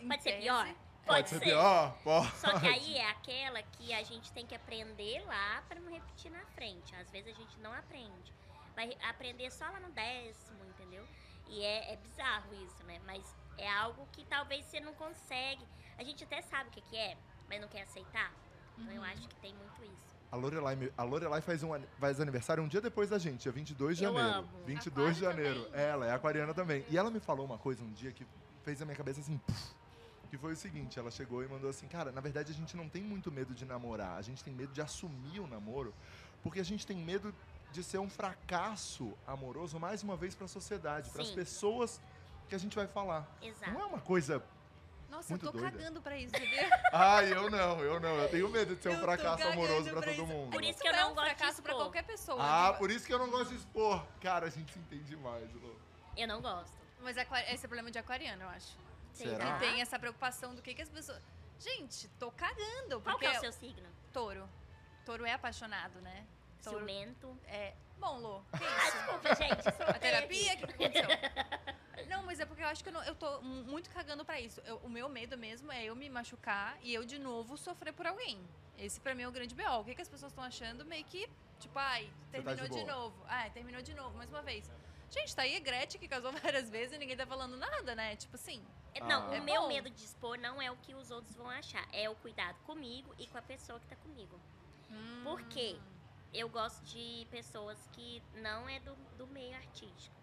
[SPEAKER 2] Em
[SPEAKER 4] Pode ser
[SPEAKER 2] tese,
[SPEAKER 4] pior?
[SPEAKER 3] Pode ser pior? Pode.
[SPEAKER 4] Só que aí é aquela que a gente tem que aprender lá pra não repetir na frente. Às vezes a gente não aprende. Vai re- aprender só lá no décimo, entendeu? E é, é bizarro isso, né? Mas é algo que talvez você não consegue. A gente até sabe o que, que é, mas não quer aceitar. Então
[SPEAKER 2] Uhum.
[SPEAKER 4] eu acho que tem muito isso.
[SPEAKER 3] A Lorelai, me- a Lorelai faz, um, an- faz aniversário um dia depois da gente, dia 22 de
[SPEAKER 4] Eu
[SPEAKER 3] janeiro.
[SPEAKER 4] amo.
[SPEAKER 3] 22 de
[SPEAKER 2] Aquário
[SPEAKER 3] janeiro.
[SPEAKER 2] também.
[SPEAKER 3] Ela é aquariana também. E ela me falou uma coisa um dia que fez a minha cabeça assim. puf, que foi o seguinte, ela chegou e mandou assim, cara, na verdade a gente não tem muito medo de namorar, a gente tem medo de assumir o namoro, porque a gente tem medo de ser um fracasso amoroso mais uma vez pra sociedade, pras
[SPEAKER 4] Sim.
[SPEAKER 3] pessoas que a gente vai falar. Não
[SPEAKER 4] Exato.
[SPEAKER 3] é uma coisa,
[SPEAKER 2] Nossa,
[SPEAKER 3] Muito
[SPEAKER 2] eu tô
[SPEAKER 3] doida.
[SPEAKER 2] cagando pra isso, viu?
[SPEAKER 3] ai, eu não, eu não, eu tenho medo de ser
[SPEAKER 2] Eu
[SPEAKER 3] um
[SPEAKER 2] tô
[SPEAKER 3] fracasso
[SPEAKER 2] cagando
[SPEAKER 3] amoroso pra
[SPEAKER 2] pra
[SPEAKER 3] todo
[SPEAKER 2] isso.
[SPEAKER 3] mundo.
[SPEAKER 4] Por isso
[SPEAKER 2] Isso
[SPEAKER 4] que eu
[SPEAKER 2] é
[SPEAKER 4] não
[SPEAKER 2] um
[SPEAKER 4] gosto de
[SPEAKER 2] fracasso pra
[SPEAKER 4] expor.
[SPEAKER 2] qualquer pessoa.
[SPEAKER 3] Ah,
[SPEAKER 2] né?
[SPEAKER 3] por isso que eu não gosto de expor. Cara, a gente se entende demais, Lô.
[SPEAKER 4] Eu não gosto.
[SPEAKER 2] Mas aqua- esse é problema de aquariano, eu acho.
[SPEAKER 4] Sei
[SPEAKER 3] Será?
[SPEAKER 4] lá.
[SPEAKER 2] Que tem essa preocupação do que, que as pessoas... Gente, tô cagando,
[SPEAKER 4] Qual
[SPEAKER 2] porque...
[SPEAKER 4] que é o seu signo?
[SPEAKER 2] Touro. Touro é apaixonado, né? Touro
[SPEAKER 4] Ciumento.
[SPEAKER 2] é... Bom, Lô, que
[SPEAKER 4] Ah,
[SPEAKER 2] isso?
[SPEAKER 4] desculpa, gente.
[SPEAKER 2] A terapia? O que que aconteceu? Não, mas é porque eu acho que eu, não- eu tô mu- muito cagando pra isso. Eu- o meu medo mesmo é eu me machucar e eu de novo sofrer por alguém. Esse pra mim é o grande BO. O que, que as pessoas estão achando meio que, tipo, ai,
[SPEAKER 3] Você
[SPEAKER 2] terminou
[SPEAKER 3] tá de
[SPEAKER 2] de,
[SPEAKER 3] boa.
[SPEAKER 2] novo. Ah, terminou de novo, mais uma vez. Gente, tá aí a Gretchen que casou várias vezes e ninguém tá falando nada, né? Tipo assim,
[SPEAKER 4] É, Não,
[SPEAKER 3] Ah.
[SPEAKER 4] o
[SPEAKER 2] É
[SPEAKER 4] meu
[SPEAKER 2] bom.
[SPEAKER 4] medo de expor não é o que os outros vão achar, é o cuidado comigo e com a pessoa que tá comigo.
[SPEAKER 2] hum,
[SPEAKER 4] Por quê? Eu gosto de pessoas que não é do, do meio artístico.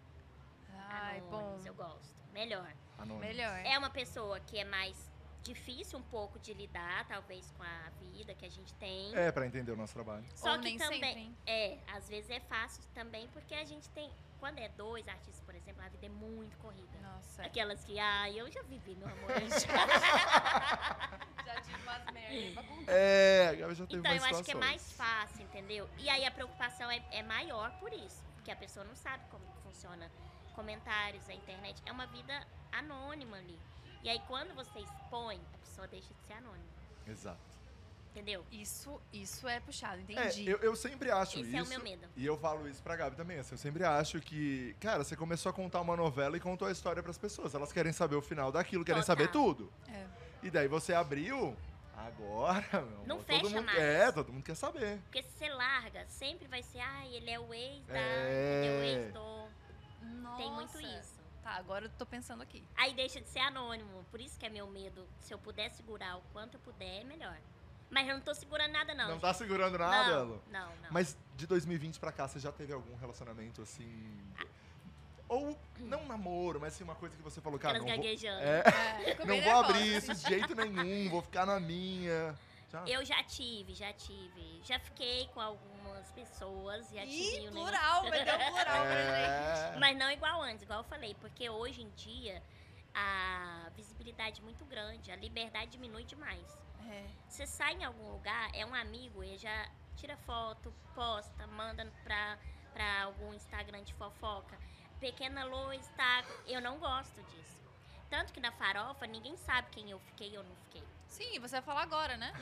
[SPEAKER 2] ai, bom,
[SPEAKER 4] Anônimos, eu gosto. Melhor.
[SPEAKER 3] Anônimo.
[SPEAKER 2] melhor.
[SPEAKER 4] É uma pessoa que é mais difícil um pouco de lidar, talvez, com a vida que a gente tem.
[SPEAKER 3] É, pra entender o nosso trabalho.
[SPEAKER 4] Só
[SPEAKER 2] Ou
[SPEAKER 4] que
[SPEAKER 2] nem
[SPEAKER 4] também.
[SPEAKER 2] sempre, hein?
[SPEAKER 4] É, às vezes é fácil também, porque a gente tem. Quando é dois artistas, por exemplo, a vida é muito corrida.
[SPEAKER 2] Nossa,
[SPEAKER 4] Aquelas que, ah, eu já vivi, meu amor. eu já
[SPEAKER 2] já tive umas merda.
[SPEAKER 3] É, a Gabi já teve
[SPEAKER 4] Então, eu
[SPEAKER 3] mais
[SPEAKER 4] acho que é
[SPEAKER 3] situações.
[SPEAKER 4] mais fácil, entendeu? E aí a preocupação é, é maior por isso. Porque a pessoa não sabe como que funciona comentários, a internet. É uma vida anônima ali. E aí quando você expõe, a pessoa deixa de ser anônima.
[SPEAKER 3] Exato.
[SPEAKER 4] Entendeu?
[SPEAKER 2] Isso, isso é puxado,
[SPEAKER 3] É,
[SPEAKER 2] entendi.
[SPEAKER 3] eu, eu sempre acho
[SPEAKER 4] Esse
[SPEAKER 3] isso.
[SPEAKER 4] é o meu medo.
[SPEAKER 3] E eu falo isso pra Gabi também. Assim, eu sempre acho que, cara, você começou a contar uma novela e contou a história pras pessoas. Elas querem saber o final daquilo, querem
[SPEAKER 4] Total.
[SPEAKER 3] saber tudo.
[SPEAKER 2] É.
[SPEAKER 3] E daí você abriu. Agora, meu amor,
[SPEAKER 4] Não
[SPEAKER 3] todo
[SPEAKER 4] fecha
[SPEAKER 3] mundo
[SPEAKER 4] mais.
[SPEAKER 3] É, todo mundo quer saber.
[SPEAKER 4] Porque se você larga, sempre vai ser, ah, ele é o ex da,
[SPEAKER 3] É.
[SPEAKER 4] ele é o ex do.
[SPEAKER 2] Nossa.
[SPEAKER 4] Tem muito isso.
[SPEAKER 2] Tá, agora eu tô pensando aqui.
[SPEAKER 4] Aí deixa de ser anônimo. Por isso que é meu medo. Se eu puder segurar o quanto eu puder, é melhor. Mas eu não tô segurando nada, não.
[SPEAKER 3] Não, tá segurando nada,
[SPEAKER 4] não,
[SPEAKER 3] Elo?
[SPEAKER 4] não, não.
[SPEAKER 3] Mas de 2020 pra cá, você já teve algum relacionamento assim. Ou não um namoro, mas assim, uma coisa que você falou, cara,
[SPEAKER 4] Aquelas
[SPEAKER 3] não vou,
[SPEAKER 4] gaguejando.
[SPEAKER 3] É.
[SPEAKER 2] É, fico
[SPEAKER 3] não
[SPEAKER 2] bem
[SPEAKER 3] vou
[SPEAKER 2] nervosa.
[SPEAKER 3] abrir isso de jeito nenhum, vou ficar na minha.
[SPEAKER 2] Ah.
[SPEAKER 3] Já?
[SPEAKER 4] Eu já tive, já tive. Já fiquei com algumas pessoas, já tive
[SPEAKER 2] Ih,
[SPEAKER 4] um
[SPEAKER 2] plural, vai ter um plural pra gente.
[SPEAKER 3] É.
[SPEAKER 4] Mas não igual antes, igual eu falei, porque hoje em dia a visibilidade é muito grande, a liberdade diminui demais.
[SPEAKER 2] É.
[SPEAKER 4] Você sai em algum lugar, é um amigo, ele já tira foto, posta, manda pra, pra algum Instagram de fofoca. Pequena Lô está. Eu não gosto disso. Tanto que na farofa ninguém sabe quem eu fiquei ou não fiquei.
[SPEAKER 2] Sim, você vai falar agora, né?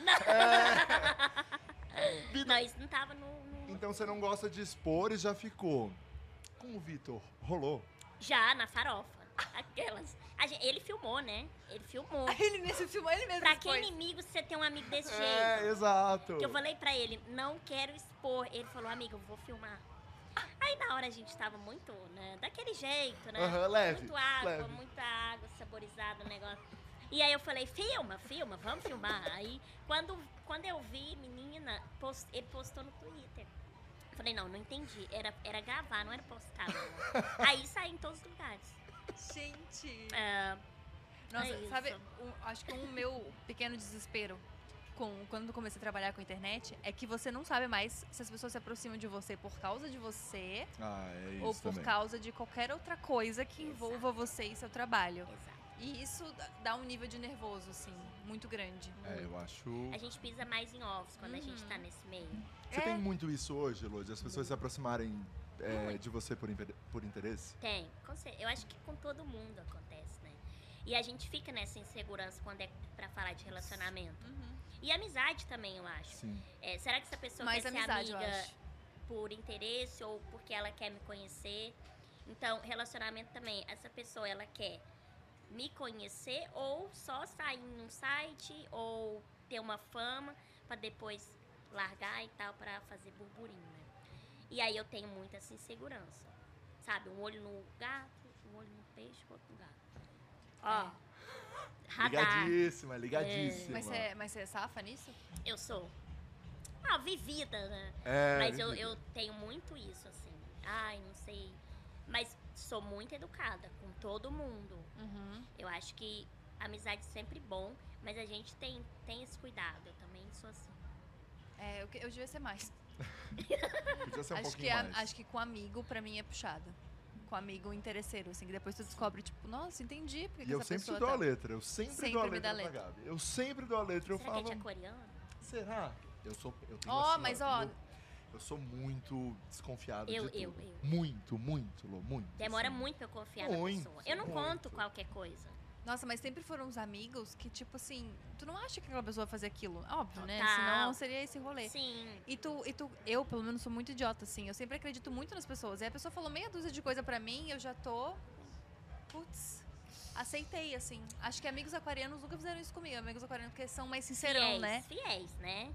[SPEAKER 4] Não, isso não tava no. no-
[SPEAKER 3] Então você não gosta de expor e já ficou. Com o Vitor, rolou.
[SPEAKER 4] Já na farofa. Aquelas. A gen- ele filmou, né? Ele filmou.
[SPEAKER 2] Ele mesmo filmou, ele mesmo
[SPEAKER 4] pra que
[SPEAKER 2] expôs.
[SPEAKER 4] inimigo você tem um amigo desse
[SPEAKER 3] É,
[SPEAKER 4] jeito?
[SPEAKER 3] exato.
[SPEAKER 4] Que eu falei pra ele, não quero expor. Ele falou, amigo, eu vou filmar. Aí na hora a gente tava muito, né? Daquele jeito, né?
[SPEAKER 3] Aham, leve,
[SPEAKER 4] muito água,
[SPEAKER 3] leve.
[SPEAKER 4] muita água, saborizada o negócio. E aí eu falei, filma, filma, vamos filmar. Aí quando, quando eu vi, menina, post- ele postou no Twitter. Eu falei, não, não entendi. Era, era gravar, não era postar. não. aí saí em todos os lugares.
[SPEAKER 2] Gente.
[SPEAKER 4] Ah,
[SPEAKER 2] Nossa,
[SPEAKER 4] É isso.
[SPEAKER 2] sabe, o- acho que um meu pequeno desespero com, quando eu comecei a trabalhar com a internet é que você não sabe mais se as pessoas se aproximam de você por causa de você
[SPEAKER 3] Ah, é isso.
[SPEAKER 2] ou por
[SPEAKER 3] também.
[SPEAKER 2] causa de qualquer outra coisa que envolva você e seu trabalho.
[SPEAKER 4] exato.
[SPEAKER 2] E isso dá- dá um nível de nervoso, assim, muito grande.
[SPEAKER 3] É, eu acho.
[SPEAKER 4] A gente pisa mais em ovos quando a gente
[SPEAKER 2] Uhum.
[SPEAKER 4] tá nesse meio.
[SPEAKER 3] Você
[SPEAKER 4] é.
[SPEAKER 3] tem muito isso hoje, Lô, de as pessoas se aproximarem é, de você por, impe- por interesse?
[SPEAKER 4] Tem. com cer- Eu acho que com todo mundo acontece, né? E a gente fica nessa insegurança quando é pra falar de relacionamento.
[SPEAKER 2] Uhum.
[SPEAKER 4] E amizade também, eu acho.
[SPEAKER 3] Sim.
[SPEAKER 4] É, será que essa pessoa
[SPEAKER 2] Mais
[SPEAKER 4] quer
[SPEAKER 2] amizade,
[SPEAKER 4] ser
[SPEAKER 2] eu
[SPEAKER 4] amiga
[SPEAKER 2] acho.
[SPEAKER 4] por interesse ou porque ela quer me conhecer? Então, relacionamento também. Essa pessoa, ela quer me conhecer ou só sair em um site ou ter uma fama pra depois largar e tal pra fazer burburinho, né? E aí eu tenho muita essa insegurança. Sabe, um olho no gato, um olho no peixe, outro no gato. Ó, radar. É.
[SPEAKER 3] Ligadíssima, ligadíssima.
[SPEAKER 2] Mas você mas você é safa nisso?
[SPEAKER 4] Eu sou. Ah, vivida, né?
[SPEAKER 3] É,
[SPEAKER 4] Mas eu,
[SPEAKER 3] vivida.
[SPEAKER 4] eu tenho muito isso, assim. Ai, não sei. Mas sou muito educada com todo mundo.
[SPEAKER 2] Uhum.
[SPEAKER 4] Eu acho que amizade é sempre bom, mas a gente tem, tem esse cuidado. Eu também sou assim.
[SPEAKER 2] É, eu, que- eu devia ser mais.
[SPEAKER 3] Podia ser um
[SPEAKER 2] acho, que é
[SPEAKER 3] pouquinho
[SPEAKER 2] a-
[SPEAKER 3] mais.
[SPEAKER 2] acho que com amigo, pra mim, é puxado. Com amigo interesseiro, assim, que depois tu descobre, tipo, nossa, entendi porque
[SPEAKER 3] E eu
[SPEAKER 2] essa
[SPEAKER 3] sempre
[SPEAKER 2] pessoa
[SPEAKER 3] dou a
[SPEAKER 2] tá...
[SPEAKER 3] letra, eu sempre, dou a
[SPEAKER 2] Sempre me dá
[SPEAKER 3] letra, pra Gabi. Eu sempre dou a letra, eu
[SPEAKER 4] Será
[SPEAKER 3] falo. assim,
[SPEAKER 4] que a gente é coreano?
[SPEAKER 3] Será? Eu sou. Eu tenho
[SPEAKER 2] Ó,
[SPEAKER 3] assim,
[SPEAKER 2] mas
[SPEAKER 3] eu
[SPEAKER 2] ó.
[SPEAKER 3] tenho- Eu sou muito desconfiado
[SPEAKER 4] Eu-
[SPEAKER 3] de tudo.
[SPEAKER 4] eu- eu.
[SPEAKER 3] Muito, muito, Lô, muito.
[SPEAKER 4] Demora
[SPEAKER 3] assim.
[SPEAKER 4] muito pra eu confiar
[SPEAKER 3] Muito,
[SPEAKER 4] na pessoa. Eu não
[SPEAKER 3] muito.
[SPEAKER 4] conto qualquer coisa.
[SPEAKER 2] Nossa, mas sempre foram uns amigos que, tipo assim, tu não acha que aquela pessoa vai fazer aquilo. Óbvio, né?
[SPEAKER 4] Total.
[SPEAKER 2] Senão seria esse rolê.
[SPEAKER 4] Sim.
[SPEAKER 2] E tu, e tu, eu, pelo menos, sou muito idiota, assim. Eu sempre acredito muito nas pessoas. E a pessoa falou meia dúzia de coisa pra mim, eu já tô. Putz, aceitei, assim. Acho que amigos aquarianos nunca fizeram isso comigo. Amigos aquarianos, porque são mais sincerão,
[SPEAKER 4] fiéis,
[SPEAKER 2] né?
[SPEAKER 4] Fiéis, né?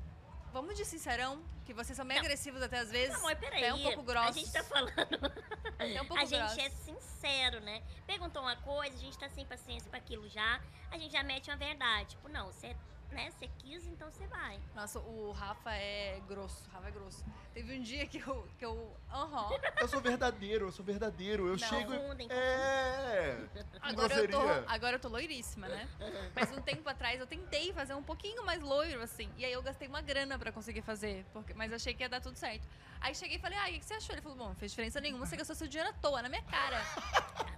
[SPEAKER 2] Vamos de sincerão, que vocês são meio agressivos até às vezes.
[SPEAKER 4] Não, mas peraí.
[SPEAKER 2] Até um pouco
[SPEAKER 4] A
[SPEAKER 2] grossos.
[SPEAKER 4] gente tá falando.
[SPEAKER 2] Até um pouco
[SPEAKER 4] a gente
[SPEAKER 2] grossos.
[SPEAKER 4] é sincero, né? Perguntou uma coisa, a gente tá sem paciência pra aquilo já. A gente já mete uma verdade. Tipo, não, você né, você quis, então você vai.
[SPEAKER 2] Nossa, o Rafa é grosso. O Rafa é grosso. Teve um dia que eu. Que eu aham.
[SPEAKER 3] Eu sou verdadeiro, eu sou verdadeiro. Eu chego
[SPEAKER 4] confundem,
[SPEAKER 3] e... É! com
[SPEAKER 2] Agora eu, tô,
[SPEAKER 3] grosseria.
[SPEAKER 2] agora eu tô loiríssima, né? Mas um tempo atrás eu tentei fazer um pouquinho mais loiro, assim. E aí eu gastei uma grana pra conseguir fazer. Porque, mas achei que ia dar tudo certo. Aí cheguei e falei, ah, o que que você achou? Ele falou, bom, não fez diferença nenhuma, você gastou seu dinheiro à toa, na minha cara.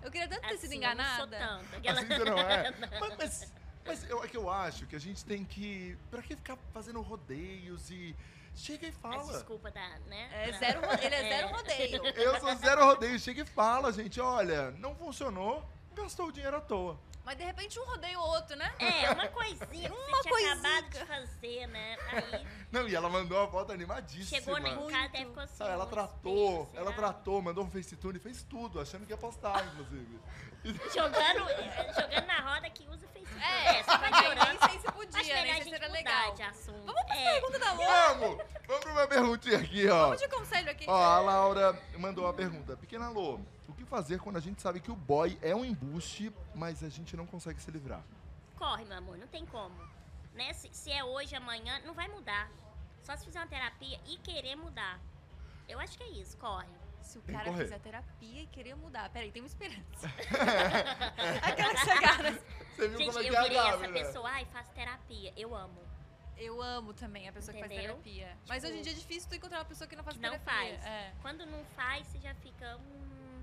[SPEAKER 2] Eu queria tanto ter sido
[SPEAKER 4] Assim, eu não sou
[SPEAKER 2] enganada.
[SPEAKER 4] tanto. Aquela-
[SPEAKER 3] Assim você não é. Mas, mas, mas eu, é que eu acho que a gente tem que... Pra que ficar fazendo rodeios e... Chega e
[SPEAKER 4] As
[SPEAKER 3] fala.
[SPEAKER 4] desculpa da, né?
[SPEAKER 2] É
[SPEAKER 4] da-
[SPEAKER 2] zero, ro- ele é zero rodeio.
[SPEAKER 3] Eu sou zero rodeio. Chega e fala, gente. Olha, não funcionou, gastou o dinheiro à toa.
[SPEAKER 2] Mas de repente um rodeio ou outro, né?
[SPEAKER 4] É, uma coisinha que
[SPEAKER 2] Uma
[SPEAKER 4] você tinha acabado
[SPEAKER 2] coisinha.
[SPEAKER 4] de fazer, né? Aí
[SPEAKER 3] Não, e ela mandou uma foto animadíssima.
[SPEAKER 4] chegou na em casa, até
[SPEAKER 2] Muito.
[SPEAKER 4] ficou assim.
[SPEAKER 3] Ah, ela
[SPEAKER 4] uns
[SPEAKER 3] tratou,
[SPEAKER 4] beijos,
[SPEAKER 3] ela
[SPEAKER 4] será?
[SPEAKER 3] tratou, mandou um facetune, fez tudo, achando que ia postar, inclusive.
[SPEAKER 4] Jogando, eh, jogando na roda que usa Facebook.
[SPEAKER 2] É,
[SPEAKER 4] só pra
[SPEAKER 2] mas eu
[SPEAKER 4] ignorância.
[SPEAKER 2] nem sei se
[SPEAKER 4] Acho
[SPEAKER 2] podia,
[SPEAKER 4] melhor
[SPEAKER 2] nem
[SPEAKER 4] a
[SPEAKER 2] sei se
[SPEAKER 4] gente
[SPEAKER 2] era
[SPEAKER 4] mudar
[SPEAKER 2] legal.
[SPEAKER 4] de assunto.
[SPEAKER 2] Vamos pra
[SPEAKER 4] é,
[SPEAKER 2] pergunta da Laura.
[SPEAKER 3] Vamos! Vamos pra minha perguntinha aqui, ó.
[SPEAKER 2] Vamos de conselho aqui.
[SPEAKER 3] Ó, a Laura mandou uma pergunta. Pequena Lô, o que fazer quando a gente sabe que o boy é um embuste, mas a gente não consegue se livrar?
[SPEAKER 4] corre, meu amor, não tem como. Né? Se, se é hoje, amanhã, não vai mudar. Só se fizer uma terapia e querer mudar. Eu acho que é isso, corre.
[SPEAKER 2] Se o
[SPEAKER 3] Tem que
[SPEAKER 2] cara
[SPEAKER 3] correr.
[SPEAKER 2] fizer terapia e querer mudar. Peraí, tem uma esperança. Aquela que chegaram.
[SPEAKER 3] Você viu
[SPEAKER 4] Gente,
[SPEAKER 3] como é
[SPEAKER 4] eu
[SPEAKER 3] que é a
[SPEAKER 4] virei
[SPEAKER 3] Gabi,
[SPEAKER 4] essa
[SPEAKER 3] né?
[SPEAKER 4] pessoa, ai, faço terapia, eu amo.
[SPEAKER 2] Eu amo também a pessoa que faz
[SPEAKER 4] Entendeu?
[SPEAKER 2] terapia. Mas hoje em dia é difícil tu encontrar uma pessoa que não faz
[SPEAKER 4] Que não
[SPEAKER 2] terapia.
[SPEAKER 4] faz.
[SPEAKER 2] É.
[SPEAKER 4] Quando não faz, você já fica. Hum,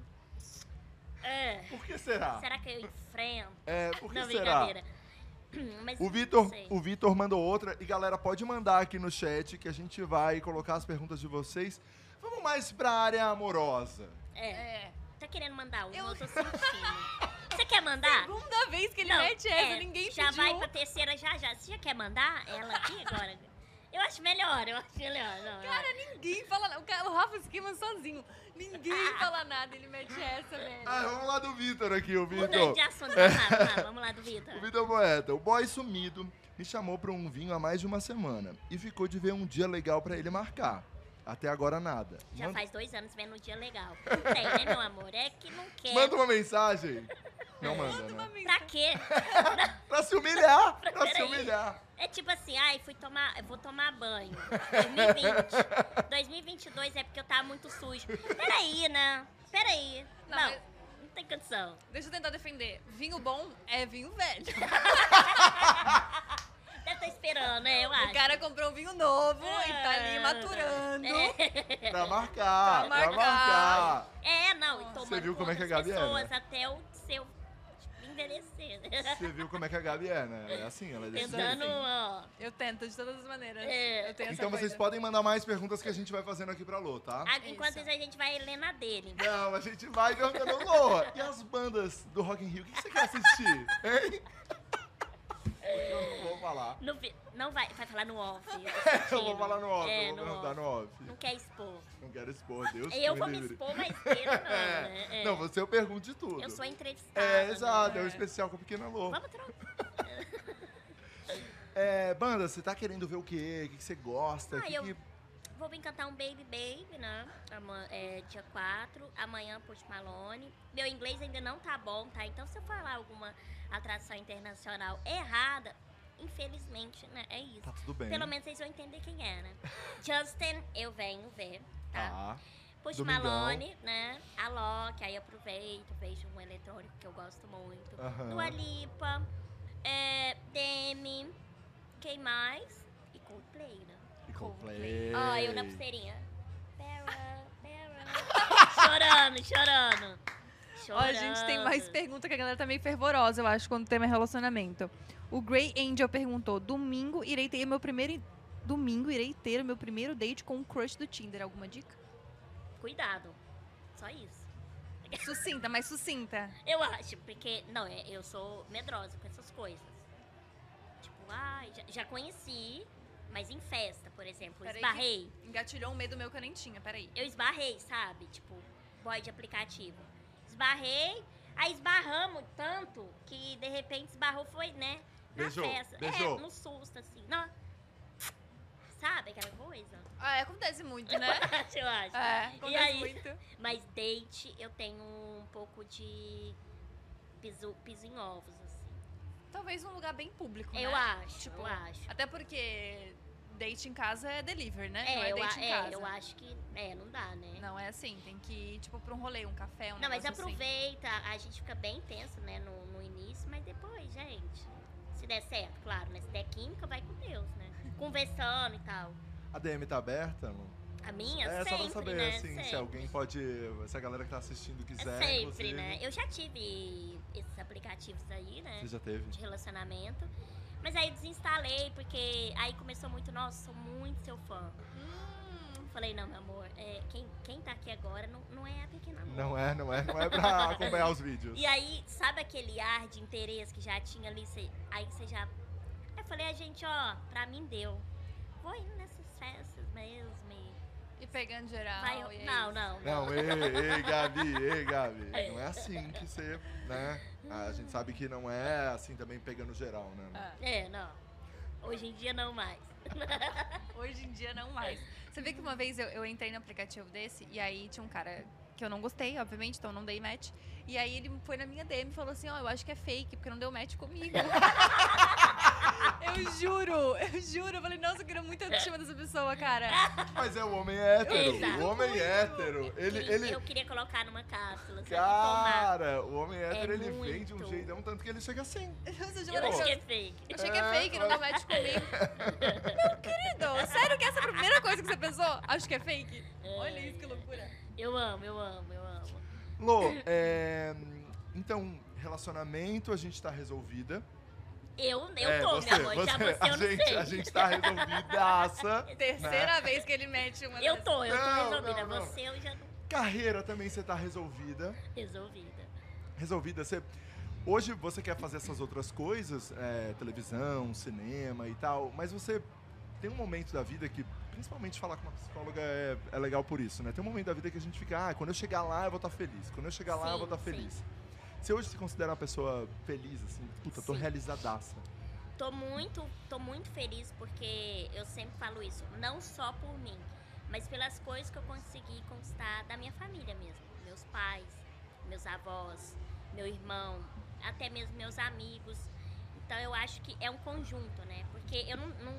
[SPEAKER 4] é,
[SPEAKER 3] Por que será?
[SPEAKER 4] será que eu enfrento?
[SPEAKER 3] É, Ah. por que
[SPEAKER 4] não,
[SPEAKER 3] será?
[SPEAKER 4] brincadeira. Mas
[SPEAKER 3] O
[SPEAKER 4] não
[SPEAKER 3] Vitor,
[SPEAKER 4] sei.
[SPEAKER 3] o Vitor mandou outra. E galera, pode mandar aqui no chat que a gente vai colocar as perguntas de vocês. Vamos mais pra área amorosa.
[SPEAKER 4] É.
[SPEAKER 2] É.
[SPEAKER 4] Tá querendo mandar uma,
[SPEAKER 2] Eu-
[SPEAKER 4] eu tô sentindo. Você quer mandar?
[SPEAKER 2] Segunda vez que ele
[SPEAKER 4] Não,
[SPEAKER 2] mete
[SPEAKER 4] é,
[SPEAKER 2] essa, Né, ninguém
[SPEAKER 4] Já
[SPEAKER 2] pediu.
[SPEAKER 4] vai pra terceira já já. Você já quer mandar ela aqui agora? Eu acho melhor, eu acho melhor. Não, eu-
[SPEAKER 2] Cara, ninguém fala nada. O cara- O Rafa se queima sozinho.
[SPEAKER 4] Ah.
[SPEAKER 2] Ninguém fala nada, ele mete essa,
[SPEAKER 4] É.
[SPEAKER 2] velho.
[SPEAKER 3] Ah, vamos lá do Vitor aqui, o
[SPEAKER 4] Mudando
[SPEAKER 3] Vitor.
[SPEAKER 4] de assunto, vamos lá, vamos lá, vamos lá do Vitor.
[SPEAKER 3] O Vitor é um Poeta. O boy sumido me chamou pra um vinho há mais de uma semana e ficou de ver um dia legal pra ele marcar. Até agora nada.
[SPEAKER 4] Já
[SPEAKER 3] Manda-
[SPEAKER 4] faz dois anos vendo um dia legal. Não tem, né, meu amor? É que não quer.
[SPEAKER 3] Manda um uma mensagem. Não manda,
[SPEAKER 2] Uma
[SPEAKER 3] né?
[SPEAKER 2] vez.
[SPEAKER 4] Pra quê?
[SPEAKER 3] Pra se humilhar! Pra se
[SPEAKER 4] Peraí.
[SPEAKER 3] humilhar!
[SPEAKER 4] É tipo assim, ai, fui tomar, eu vou tomar banho. 2020. 2022 é porque eu tava muito sujo. Peraí, né? Peraí.
[SPEAKER 2] Não,
[SPEAKER 4] Não,
[SPEAKER 2] mas-
[SPEAKER 4] não tem condição.
[SPEAKER 2] Deixa eu tentar defender. Vinho bom é vinho velho.
[SPEAKER 4] Deve estar esperando, né? Eu
[SPEAKER 2] O
[SPEAKER 4] acho.
[SPEAKER 2] cara comprou um vinho novo e tá ali
[SPEAKER 4] É.
[SPEAKER 2] maturando.
[SPEAKER 3] Pra
[SPEAKER 2] Pra
[SPEAKER 3] marcar! Pra
[SPEAKER 2] marcar.
[SPEAKER 3] marcar!
[SPEAKER 4] É, não, e tomando
[SPEAKER 3] Você viu
[SPEAKER 4] conta
[SPEAKER 3] como é que a
[SPEAKER 4] das
[SPEAKER 3] Gabi é,
[SPEAKER 4] pessoas
[SPEAKER 3] né?
[SPEAKER 4] até o seu tipo, envelhecer. né?
[SPEAKER 3] Você viu como é que a Gabi é, né? Ela É assim, ela é desse jeito.
[SPEAKER 4] Tentando, ó.
[SPEAKER 2] Eu tento de todas as maneiras.
[SPEAKER 4] É.
[SPEAKER 2] Eu tenho essa
[SPEAKER 3] Então vocês
[SPEAKER 2] coisa.
[SPEAKER 3] podem mandar mais perguntas que a gente vai fazendo aqui pra Lô, tá?
[SPEAKER 4] Ah, Enquanto
[SPEAKER 2] Isso.
[SPEAKER 4] isso, a gente vai ler na dele.
[SPEAKER 3] Não, a gente vai cantando Lô. E as bandas do Rock in Rio, o que que você quer assistir? Hein? Eu não vou falar.
[SPEAKER 4] No vi- não vai, vai falar no off. Eu, tô
[SPEAKER 3] Eu
[SPEAKER 4] sentindo.
[SPEAKER 3] vou falar no off,
[SPEAKER 4] É,
[SPEAKER 3] eu vou perguntar no
[SPEAKER 4] off.
[SPEAKER 3] off.
[SPEAKER 4] Não quer expor.
[SPEAKER 3] Não quero expor, Deus
[SPEAKER 4] Eu
[SPEAKER 3] me
[SPEAKER 4] vou me
[SPEAKER 3] livre.
[SPEAKER 4] expor, mas ele não, né?
[SPEAKER 3] É.
[SPEAKER 4] É.
[SPEAKER 3] Não, você eu pergunto de tudo.
[SPEAKER 4] Eu sou entrevistada.
[SPEAKER 3] É,
[SPEAKER 4] né?
[SPEAKER 3] exato, é um
[SPEAKER 2] É.
[SPEAKER 3] especial com a Pequena Lô.
[SPEAKER 4] Vamos trocar.
[SPEAKER 3] É, banda, você tá querendo ver o quê? O que que você gosta? O
[SPEAKER 4] Ah,
[SPEAKER 3] que
[SPEAKER 4] eu-
[SPEAKER 3] que-
[SPEAKER 4] Vou vir cantar um Baby Baby, né? Ama- é, dia 4. Amanhã, Post Malone. Meu inglês ainda não tá bom, tá? Então, se eu falar alguma atração internacional errada, infelizmente, né? É isso.
[SPEAKER 3] Tá tudo bem.
[SPEAKER 4] Pelo menos vocês vão entender quem é, né? Justin, eu venho ver, tá?
[SPEAKER 3] Tá.
[SPEAKER 4] Post
[SPEAKER 3] Domingão.
[SPEAKER 4] Malone, né? Alok, aí aproveito, vejo um eletrônico que eu gosto muito.
[SPEAKER 3] Aham.
[SPEAKER 4] Dua Lipa, é, Demi, quem mais? E Coldplay, né?
[SPEAKER 3] E
[SPEAKER 2] Coldplay.
[SPEAKER 3] Coldplay.
[SPEAKER 4] Ó, eu na pulseirinha. Bera, Bera. chorando, chorando.
[SPEAKER 2] Ó, a gente tem mais
[SPEAKER 4] Chorando.
[SPEAKER 2] pergunta que a galera tá meio fervorosa, eu acho, quando o tema é relacionamento. O Grey Angel perguntou: domingo irei ter meu primeiro. Domingo irei ter o meu primeiro date com um crush do Tinder. Alguma dica?
[SPEAKER 4] Cuidado. Só isso.
[SPEAKER 2] Sucinta, mas sucinta.
[SPEAKER 4] Eu acho, porque. Não, é, eu sou medrosa com essas coisas. Tipo, ai, já, já conheci, mas em festa, por exemplo, eu
[SPEAKER 2] Peraí
[SPEAKER 4] esbarrei.
[SPEAKER 2] Engatilhou um medo meu que eu nem tinha, peraí.
[SPEAKER 4] Eu esbarrei, sabe? Tipo, boy de aplicativo. Esbarrei, aí esbarramos tanto que de repente esbarrou, foi, né? Na
[SPEAKER 3] Beijou,
[SPEAKER 4] festa.
[SPEAKER 3] beijou.
[SPEAKER 4] É, no susto, assim. Não. Sabe aquela coisa?
[SPEAKER 2] Ah, acontece muito, né?
[SPEAKER 4] eu acho.
[SPEAKER 2] É, acontece
[SPEAKER 4] E aí?
[SPEAKER 2] muito.
[SPEAKER 4] Mas date, eu tenho um pouco de piso, piso em ovos, assim.
[SPEAKER 2] Talvez num lugar bem público,
[SPEAKER 4] Eu
[SPEAKER 2] né?
[SPEAKER 4] acho,
[SPEAKER 2] Tipo,
[SPEAKER 4] eu acho.
[SPEAKER 2] Até porque date em casa é delivery, né? não
[SPEAKER 4] É,
[SPEAKER 2] é
[SPEAKER 4] eu, a-
[SPEAKER 2] date em
[SPEAKER 4] é,
[SPEAKER 2] casa.
[SPEAKER 4] eu acho que. É, não dá, né?
[SPEAKER 2] Não é assim, tem que ir, tipo, pra um rolê, um café, um
[SPEAKER 4] Não, mas é
[SPEAKER 2] negócio assim.
[SPEAKER 4] aproveita, a gente fica bem tenso, né, no, no início, mas depois, gente, se der certo, claro, né? Se der química, vai com Deus, né? Conversando e tal.
[SPEAKER 3] A DM tá aberta, Lu?
[SPEAKER 4] A minha,
[SPEAKER 3] é, só
[SPEAKER 4] sempre,
[SPEAKER 3] pra saber,
[SPEAKER 4] né?
[SPEAKER 3] assim, se
[SPEAKER 4] Sempre.
[SPEAKER 3] alguém pode... Se a galera que tá assistindo
[SPEAKER 4] É
[SPEAKER 3] quiser,
[SPEAKER 4] sempre,
[SPEAKER 3] inclusive.
[SPEAKER 4] né? Eu já tive esses aplicativos aí, né?
[SPEAKER 3] Você já teve?
[SPEAKER 4] de relacionamento. Mas aí desinstalei, porque aí começou muito, nossa, sou muito seu fã. Falei, não, meu amor, é, quem, quem tá aqui agora não, não é a pequena amor.
[SPEAKER 3] Não é, não é. Não é pra acompanhar os vídeos.
[SPEAKER 4] E aí, sabe aquele ar de interesse que já tinha ali? Cê- aí você já. Aí eu falei, a gente, ó, pra mim deu. Vou indo nessas festas mesmo. E
[SPEAKER 2] E pegando geral.
[SPEAKER 4] vai,
[SPEAKER 2] e é
[SPEAKER 4] não,
[SPEAKER 2] isso.
[SPEAKER 4] não, não.
[SPEAKER 3] Não, ei, ei, Gabi, ei, Gabi. Não é assim que você, né? A gente sabe que não é assim também pegando geral, né?
[SPEAKER 4] É, não. Hoje em dia não mais.
[SPEAKER 2] Hoje em dia não mais. É. Você vê que uma vez eu, eu entrei no aplicativo desse e aí tinha um cara que eu não gostei, obviamente, então não dei match. E aí ele foi na minha DM e falou assim: Ó, eu acho que é fake, porque não deu match comigo. eu juro, eu juro. Eu falei: Nossa, eu queria muito a autoestima dessa pessoa, cara.
[SPEAKER 3] Mas é o homem hétero.
[SPEAKER 4] Ah. Exato.
[SPEAKER 3] O homem é hétero. Ele,
[SPEAKER 4] Queria-
[SPEAKER 3] ele,
[SPEAKER 4] Eu queria colocar numa cápsula, sabe? Tomar.
[SPEAKER 3] Cara, o homem hétero,
[SPEAKER 4] É
[SPEAKER 3] ele vem de um
[SPEAKER 4] muito.
[SPEAKER 3] jeito, é um tanto que ele chega assim.
[SPEAKER 2] Nossa, eu juro,
[SPEAKER 4] Eu
[SPEAKER 2] eu-
[SPEAKER 4] acho que é fake.
[SPEAKER 2] Eu cheguei fake, não deu match comigo. Meu querido, sério que essa é a primeira coisa que você pensou? Acho que é fake. Olha isso, que loucura.
[SPEAKER 4] Eu amo, eu amo, eu amo.
[SPEAKER 3] Lô, é, então, relacionamento, a gente tá resolvida.
[SPEAKER 4] Eu, eu
[SPEAKER 3] é,
[SPEAKER 4] tô,
[SPEAKER 3] você,
[SPEAKER 4] meu amor. já você,
[SPEAKER 3] a
[SPEAKER 4] eu não
[SPEAKER 3] gente,
[SPEAKER 4] sei.
[SPEAKER 3] A gente tá resolvidaça.
[SPEAKER 2] Terceira vez que ele mete uma
[SPEAKER 4] Eu
[SPEAKER 2] dessas.
[SPEAKER 4] tô, eu
[SPEAKER 3] Não,
[SPEAKER 4] tô resolvida.
[SPEAKER 3] não, não.
[SPEAKER 4] Você eu já tá tô
[SPEAKER 3] Carreira também, você tá resolvida.
[SPEAKER 4] resolvida.
[SPEAKER 3] resolvida. Você, hoje você quer fazer essas outras coisas, é, televisão, cinema e tal, mas você tem um momento da vida que, principalmente falar com uma psicóloga é, é legal por isso, né? Tem um momento da vida que a gente fica, ah, quando eu chegar lá eu vou estar feliz, quando eu chegar lá eu vou
[SPEAKER 4] Sim,
[SPEAKER 3] estar
[SPEAKER 4] sim.
[SPEAKER 3] feliz. Você hoje se considera uma pessoa feliz, assim, puta, tô
[SPEAKER 4] Sim.
[SPEAKER 3] realizadaça.
[SPEAKER 4] Tô muito, tô muito feliz porque eu sempre falo isso, não só por mim, mas pelas coisas que eu consegui conquistar da minha família mesmo. Meus pais, meus avós, meu irmão, até mesmo meus amigos. Então eu acho que é um conjunto, né? Porque eu não, não,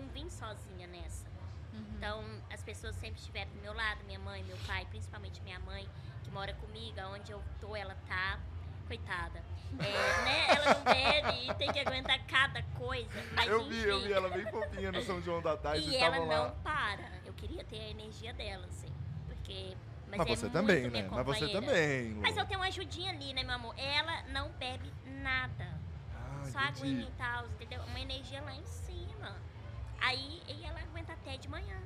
[SPEAKER 4] não vim sozinha nessa. Então as pessoas sempre estiveram do meu lado, minha mãe, meu pai, principalmente minha mãe, que mora comigo, onde eu tô, ela tá. Coitada. É, né? Ela não bebe e tem que aguentar cada coisa. Mas
[SPEAKER 3] eu vi, eu
[SPEAKER 4] enfim.
[SPEAKER 3] vi ela bem fofinha no São João da Tarde,
[SPEAKER 4] E
[SPEAKER 3] vocês
[SPEAKER 4] ela
[SPEAKER 3] estavam
[SPEAKER 4] não
[SPEAKER 3] lá.
[SPEAKER 4] para. Eu queria ter a energia dela, assim. Porque. Mas, é
[SPEAKER 3] você
[SPEAKER 4] muito
[SPEAKER 3] também,
[SPEAKER 4] minha
[SPEAKER 3] né? Mas você
[SPEAKER 4] companheira.
[SPEAKER 3] também. Lu.
[SPEAKER 4] Mas eu tenho uma ajudinha ali, né, meu amor? Ela não bebe nada.
[SPEAKER 3] Ah,
[SPEAKER 4] só aguinha
[SPEAKER 3] entendi.
[SPEAKER 4] e tal, entendeu? Uma energia lá em cima. Aí e ela aguenta até de manhã.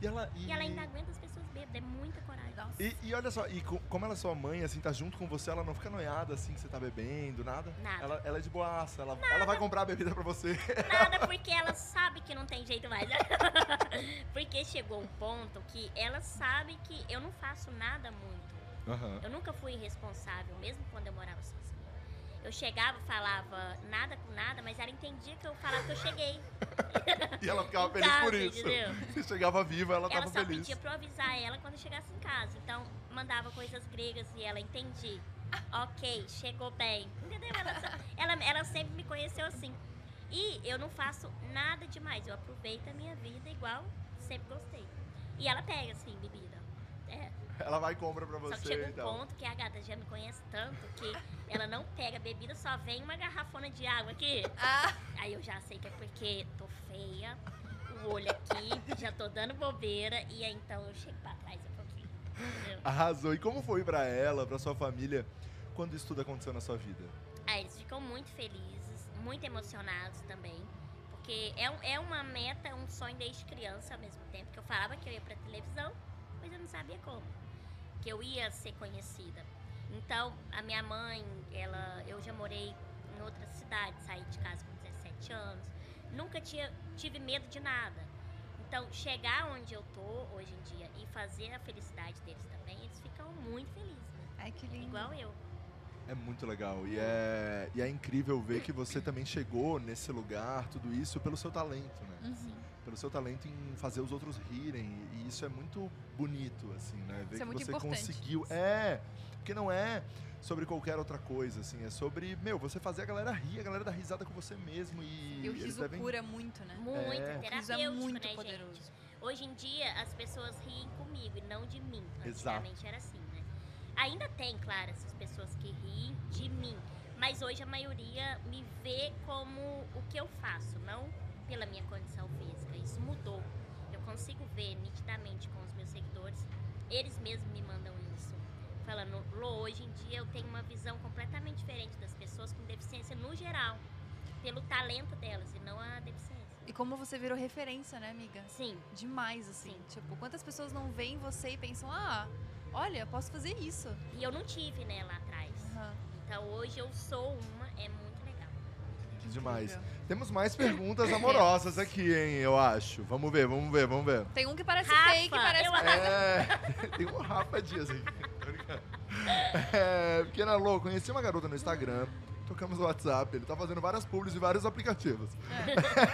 [SPEAKER 3] E ela, e...
[SPEAKER 4] E ela ainda aguenta as pessoas bêbadas. É muita coragem.
[SPEAKER 3] E, e olha só, e co- como ela é sua mãe, assim, tá junto com você, ela não fica noiada assim que você tá bebendo, nada?
[SPEAKER 4] Nada.
[SPEAKER 3] Ela, ela é de boaça, ela, ela vai comprar a bebida pra você.
[SPEAKER 4] Nada, porque ela sabe que não tem jeito mais. porque chegou um ponto que ela sabe que eu não faço nada muito. Eu nunca fui irresponsável, mesmo quando eu morava sozinha. Eu chegava, falava nada com nada, mas ela entendia que eu falava que eu cheguei.
[SPEAKER 3] E ela ficava
[SPEAKER 4] Em
[SPEAKER 3] feliz por
[SPEAKER 4] casa,
[SPEAKER 3] isso.
[SPEAKER 4] entendeu?
[SPEAKER 3] Você chegava viva, ela,
[SPEAKER 4] Ela
[SPEAKER 3] tava
[SPEAKER 4] só
[SPEAKER 3] feliz.
[SPEAKER 4] pedia pra eu avisar ela quando eu chegasse em casa. Então, mandava coisas gregas e ela entendia. Ok, chegou bem. Entendeu? Ela, só- ela, ela sempre me conheceu assim. E eu não faço nada demais. Eu aproveito a minha vida igual sempre gostei. E ela pega, assim, bebida. É,
[SPEAKER 3] Ela vai e compra pra
[SPEAKER 4] Só que
[SPEAKER 3] você então.
[SPEAKER 4] chega
[SPEAKER 3] e
[SPEAKER 4] um
[SPEAKER 3] tal.
[SPEAKER 4] ponto que a gata já me conhece tanto que ela não pega bebida, só vem uma garrafona de água aqui.
[SPEAKER 2] Ah,
[SPEAKER 4] Aí eu já sei que é porque tô feia, o olho aqui, já tô dando bobeira, e aí então eu chego pra trás um pouquinho. entendeu?
[SPEAKER 3] Arrasou. E como foi pra ela, pra sua família, quando isso tudo aconteceu na sua vida?
[SPEAKER 4] Aí É, eles ficam muito felizes, muito emocionados também. Porque é, um- é uma meta, é um sonho desde criança ao mesmo tempo. Que eu falava que eu ia pra televisão, mas eu não sabia como. Que eu ia ser conhecida. Então, a minha mãe, ela, eu já morei em outra cidade, saí de casa com 17 anos. Nunca tinha, tive medo de nada. Então, chegar onde eu tô hoje em dia e fazer a felicidade deles também, eles ficam muito felizes, né?
[SPEAKER 2] ai, que lindo.
[SPEAKER 4] Igual eu.
[SPEAKER 3] É muito legal. E é, e é incrível ver que você também chegou nesse lugar, tudo isso, pelo seu talento, né?
[SPEAKER 2] Uhum.
[SPEAKER 3] pelo seu talento em fazer os outros rirem. E isso é muito bonito, assim, né?
[SPEAKER 2] Isso
[SPEAKER 3] Ver
[SPEAKER 2] é
[SPEAKER 3] que
[SPEAKER 2] muito
[SPEAKER 3] você
[SPEAKER 2] importante.
[SPEAKER 3] conseguiu. É! Porque não é sobre qualquer outra coisa, assim. É sobre, meu, você fazer a galera rir, a galera dar risada com você mesmo. E,
[SPEAKER 2] E o
[SPEAKER 3] eles
[SPEAKER 2] riso
[SPEAKER 3] devem-
[SPEAKER 2] cura muito, né?
[SPEAKER 4] Muito
[SPEAKER 3] É.
[SPEAKER 2] Isso
[SPEAKER 4] terapêutico,
[SPEAKER 2] é muito
[SPEAKER 4] né,
[SPEAKER 2] poderoso.
[SPEAKER 4] gente? Hoje em dia, as pessoas riem comigo e não de mim.
[SPEAKER 3] Exato.
[SPEAKER 4] Antigamente era assim, né? Ainda tem, claro, essas pessoas que riem de mim. Mas hoje a maioria me vê como o que eu faço, não pela minha condição física. Isso mudou. Eu consigo ver nitidamente com os meus seguidores. Eles mesmos me mandam isso. Falando, Lô, hoje em dia eu tenho uma visão completamente diferente das pessoas com deficiência no geral. Pelo talento delas e não a deficiência.
[SPEAKER 2] E como você virou referência, né, amiga?
[SPEAKER 4] Sim,
[SPEAKER 2] Demais, assim. Tipo, quantas pessoas não veem você e pensam, ah, olha, posso fazer isso.
[SPEAKER 4] e eu não tive, né, lá atrás.
[SPEAKER 2] Aham.
[SPEAKER 4] Então hoje eu sou uma, é muito legal.
[SPEAKER 2] Que
[SPEAKER 3] Demais.
[SPEAKER 2] incrível.
[SPEAKER 3] Temos mais perguntas amorosas aqui, hein, eu acho. Vamos ver, vamos ver, vamos ver.
[SPEAKER 2] Tem um que parece
[SPEAKER 4] Rafa,
[SPEAKER 2] fake, parece.
[SPEAKER 4] eu
[SPEAKER 3] É, tem um Rafa Dias aí. Tô brincando. É, pequena Lô, conheci uma garota no Instagram, tocamos no WhatsApp, ele tá fazendo várias publis e vários aplicativos.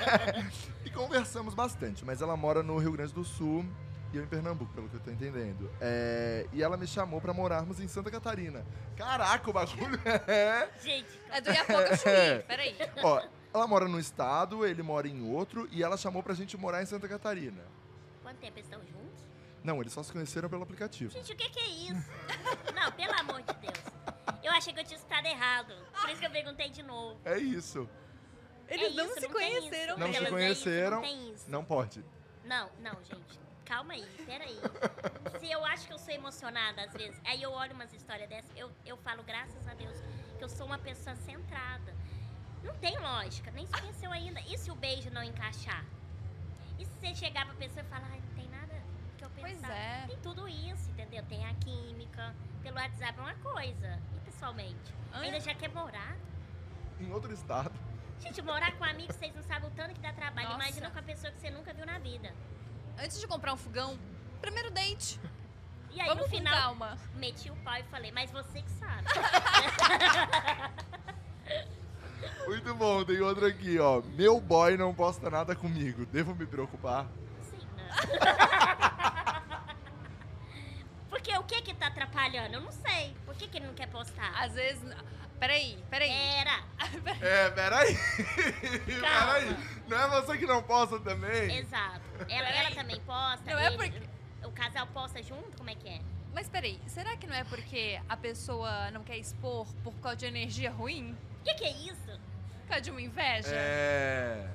[SPEAKER 3] e conversamos bastante, mas ela mora no Rio Grande do Sul e eu em Pernambuco, pelo que eu tô entendendo. É, e ela me chamou pra morarmos em Santa Catarina. Caraca, o bagulho é...
[SPEAKER 4] Gente,
[SPEAKER 2] É do Iapoca Chuí, peraí.
[SPEAKER 3] Ó, ela mora num estado, ele mora em outro, e ela chamou pra gente morar em Santa Catarina.
[SPEAKER 4] quanto tempo eles estão juntos?
[SPEAKER 3] Não, eles só se conheceram pelo aplicativo.
[SPEAKER 4] Gente, o que, que é isso? não, pelo amor de Deus. Eu achei que eu tinha estado errado. Por isso que eu perguntei de novo.
[SPEAKER 3] É isso.
[SPEAKER 2] Eles
[SPEAKER 4] É
[SPEAKER 2] não
[SPEAKER 4] isso,
[SPEAKER 2] se
[SPEAKER 4] tem isso.
[SPEAKER 2] conheceram,
[SPEAKER 3] Não se
[SPEAKER 2] elas-
[SPEAKER 4] Elas,
[SPEAKER 3] conheceram.
[SPEAKER 4] É isso, não tem isso.
[SPEAKER 3] Não pode.
[SPEAKER 4] Não, não, gente. Calma aí, peraí. Se eu acho que eu sou emocionada às vezes, aí eu olho umas histórias dessas, eu, eu falo, graças a Deus, que eu sou uma pessoa centrada. Não tem lógica, nem se conheceu ainda. E se o beijo não encaixar? E se você chegar pra pessoa e falar, ai, não tem nada que eu pensar?
[SPEAKER 2] Pois é.
[SPEAKER 4] Tem tudo isso, entendeu? Tem a química, pelo WhatsApp é uma coisa, e pessoalmente.
[SPEAKER 2] Ah.
[SPEAKER 4] Ainda já quer morar?
[SPEAKER 3] Em outro estado.
[SPEAKER 4] Gente, morar com um amigo, vocês não sabem o tanto que dá trabalho.
[SPEAKER 2] Nossa.
[SPEAKER 4] Imagina com a pessoa que você nunca viu na vida.
[SPEAKER 2] Antes de comprar um fogão, primeiro date.
[SPEAKER 4] E aí,
[SPEAKER 2] Vamos
[SPEAKER 4] no
[SPEAKER 2] com
[SPEAKER 4] final,
[SPEAKER 2] calma.
[SPEAKER 4] meti o pau e falei, mas você que sabe.
[SPEAKER 3] Muito bom, tem outro aqui, ó. Meu boy não posta nada comigo. Devo me preocupar?
[SPEAKER 4] Sim, né? Porque o que que tá atrapalhando? Eu não sei. Por que que ele não quer postar?
[SPEAKER 2] Às vezes. Peraí, peraí.
[SPEAKER 4] Era.
[SPEAKER 3] É, peraí.
[SPEAKER 4] Calma.
[SPEAKER 3] peraí. Não é você que não posta também?
[SPEAKER 4] Exato. Ela,
[SPEAKER 2] Peraí.
[SPEAKER 4] ela também posta.
[SPEAKER 2] Não é
[SPEAKER 4] ele-
[SPEAKER 2] porque-
[SPEAKER 4] O casal posta junto? Como é que é?
[SPEAKER 2] Mas peraí, será que não é porque a pessoa não quer expor por causa de energia ruim?
[SPEAKER 4] O que que é isso?
[SPEAKER 2] Por causa de uma inveja?
[SPEAKER 3] É.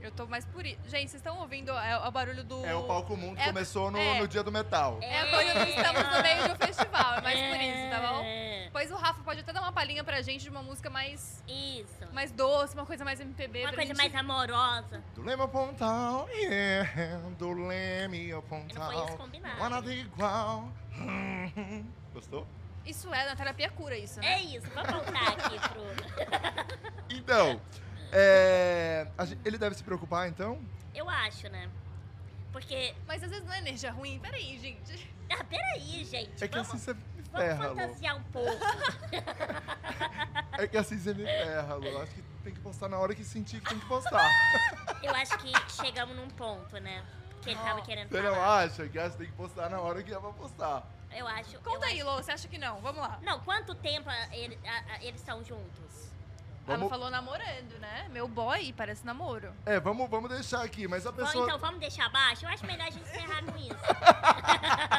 [SPEAKER 2] Eu tô mais por isso. Gente, vocês estão ouvindo é, o barulho do.
[SPEAKER 3] É o palco comum que
[SPEAKER 2] É-
[SPEAKER 3] começou no,
[SPEAKER 2] é.
[SPEAKER 3] no dia do metal.
[SPEAKER 2] É a coisa que estamos no meio de um festival, é mais por isso, tá bom?
[SPEAKER 4] É.
[SPEAKER 2] Pois o Rafa pode até dar uma palhinha pra gente de uma música mais,
[SPEAKER 4] Isso.
[SPEAKER 2] mais doce, uma coisa mais MPB.
[SPEAKER 4] Uma
[SPEAKER 2] pra
[SPEAKER 4] coisa
[SPEAKER 2] gente-
[SPEAKER 4] mais amorosa.
[SPEAKER 3] Do leme ao pontal, yeah. Do leme ao
[SPEAKER 4] Eu não conheço
[SPEAKER 3] pontal.
[SPEAKER 4] combinado.
[SPEAKER 3] Não há nada igual. Hum. Gostou?
[SPEAKER 2] Isso é, na terapia cura isso, né?
[SPEAKER 4] É isso. Vamos voltar aqui pro...
[SPEAKER 3] Então, é, a gen- ele deve se preocupar, então?
[SPEAKER 4] Eu acho, né? Porque...
[SPEAKER 2] Mas às vezes não é energia ruim. Peraí, gente.
[SPEAKER 4] Ah, peraí, gente.
[SPEAKER 3] É que
[SPEAKER 4] Tipo, vamos...
[SPEAKER 3] assim você me
[SPEAKER 4] Vamos
[SPEAKER 3] ferra, Lô.
[SPEAKER 4] fantasiar um pouco.
[SPEAKER 3] É que assim você me ferra, Lô. Acho que tem que postar na hora que sentir que tem que postar.
[SPEAKER 4] Eu acho que chegamos num ponto, né? Que ele tava querendo
[SPEAKER 3] Você não
[SPEAKER 4] falar.
[SPEAKER 3] acha que acha que tem que postar na hora que é pra postar?
[SPEAKER 4] Eu acho.
[SPEAKER 2] Conta
[SPEAKER 4] eu
[SPEAKER 2] aí, Lô, você acha que não? Vamos lá.
[SPEAKER 4] acho- Não, quanto tempo a- ele- a- a- eles estão juntos?
[SPEAKER 2] Ela
[SPEAKER 3] Vamos-
[SPEAKER 2] falou namorando, né? Meu boy parece namoro.
[SPEAKER 3] É, vamos, vamos deixar aqui, mas a
[SPEAKER 4] Bom,
[SPEAKER 3] pessoa.
[SPEAKER 4] então vamos deixar abaixo? Eu acho melhor a gente encerrar com isso.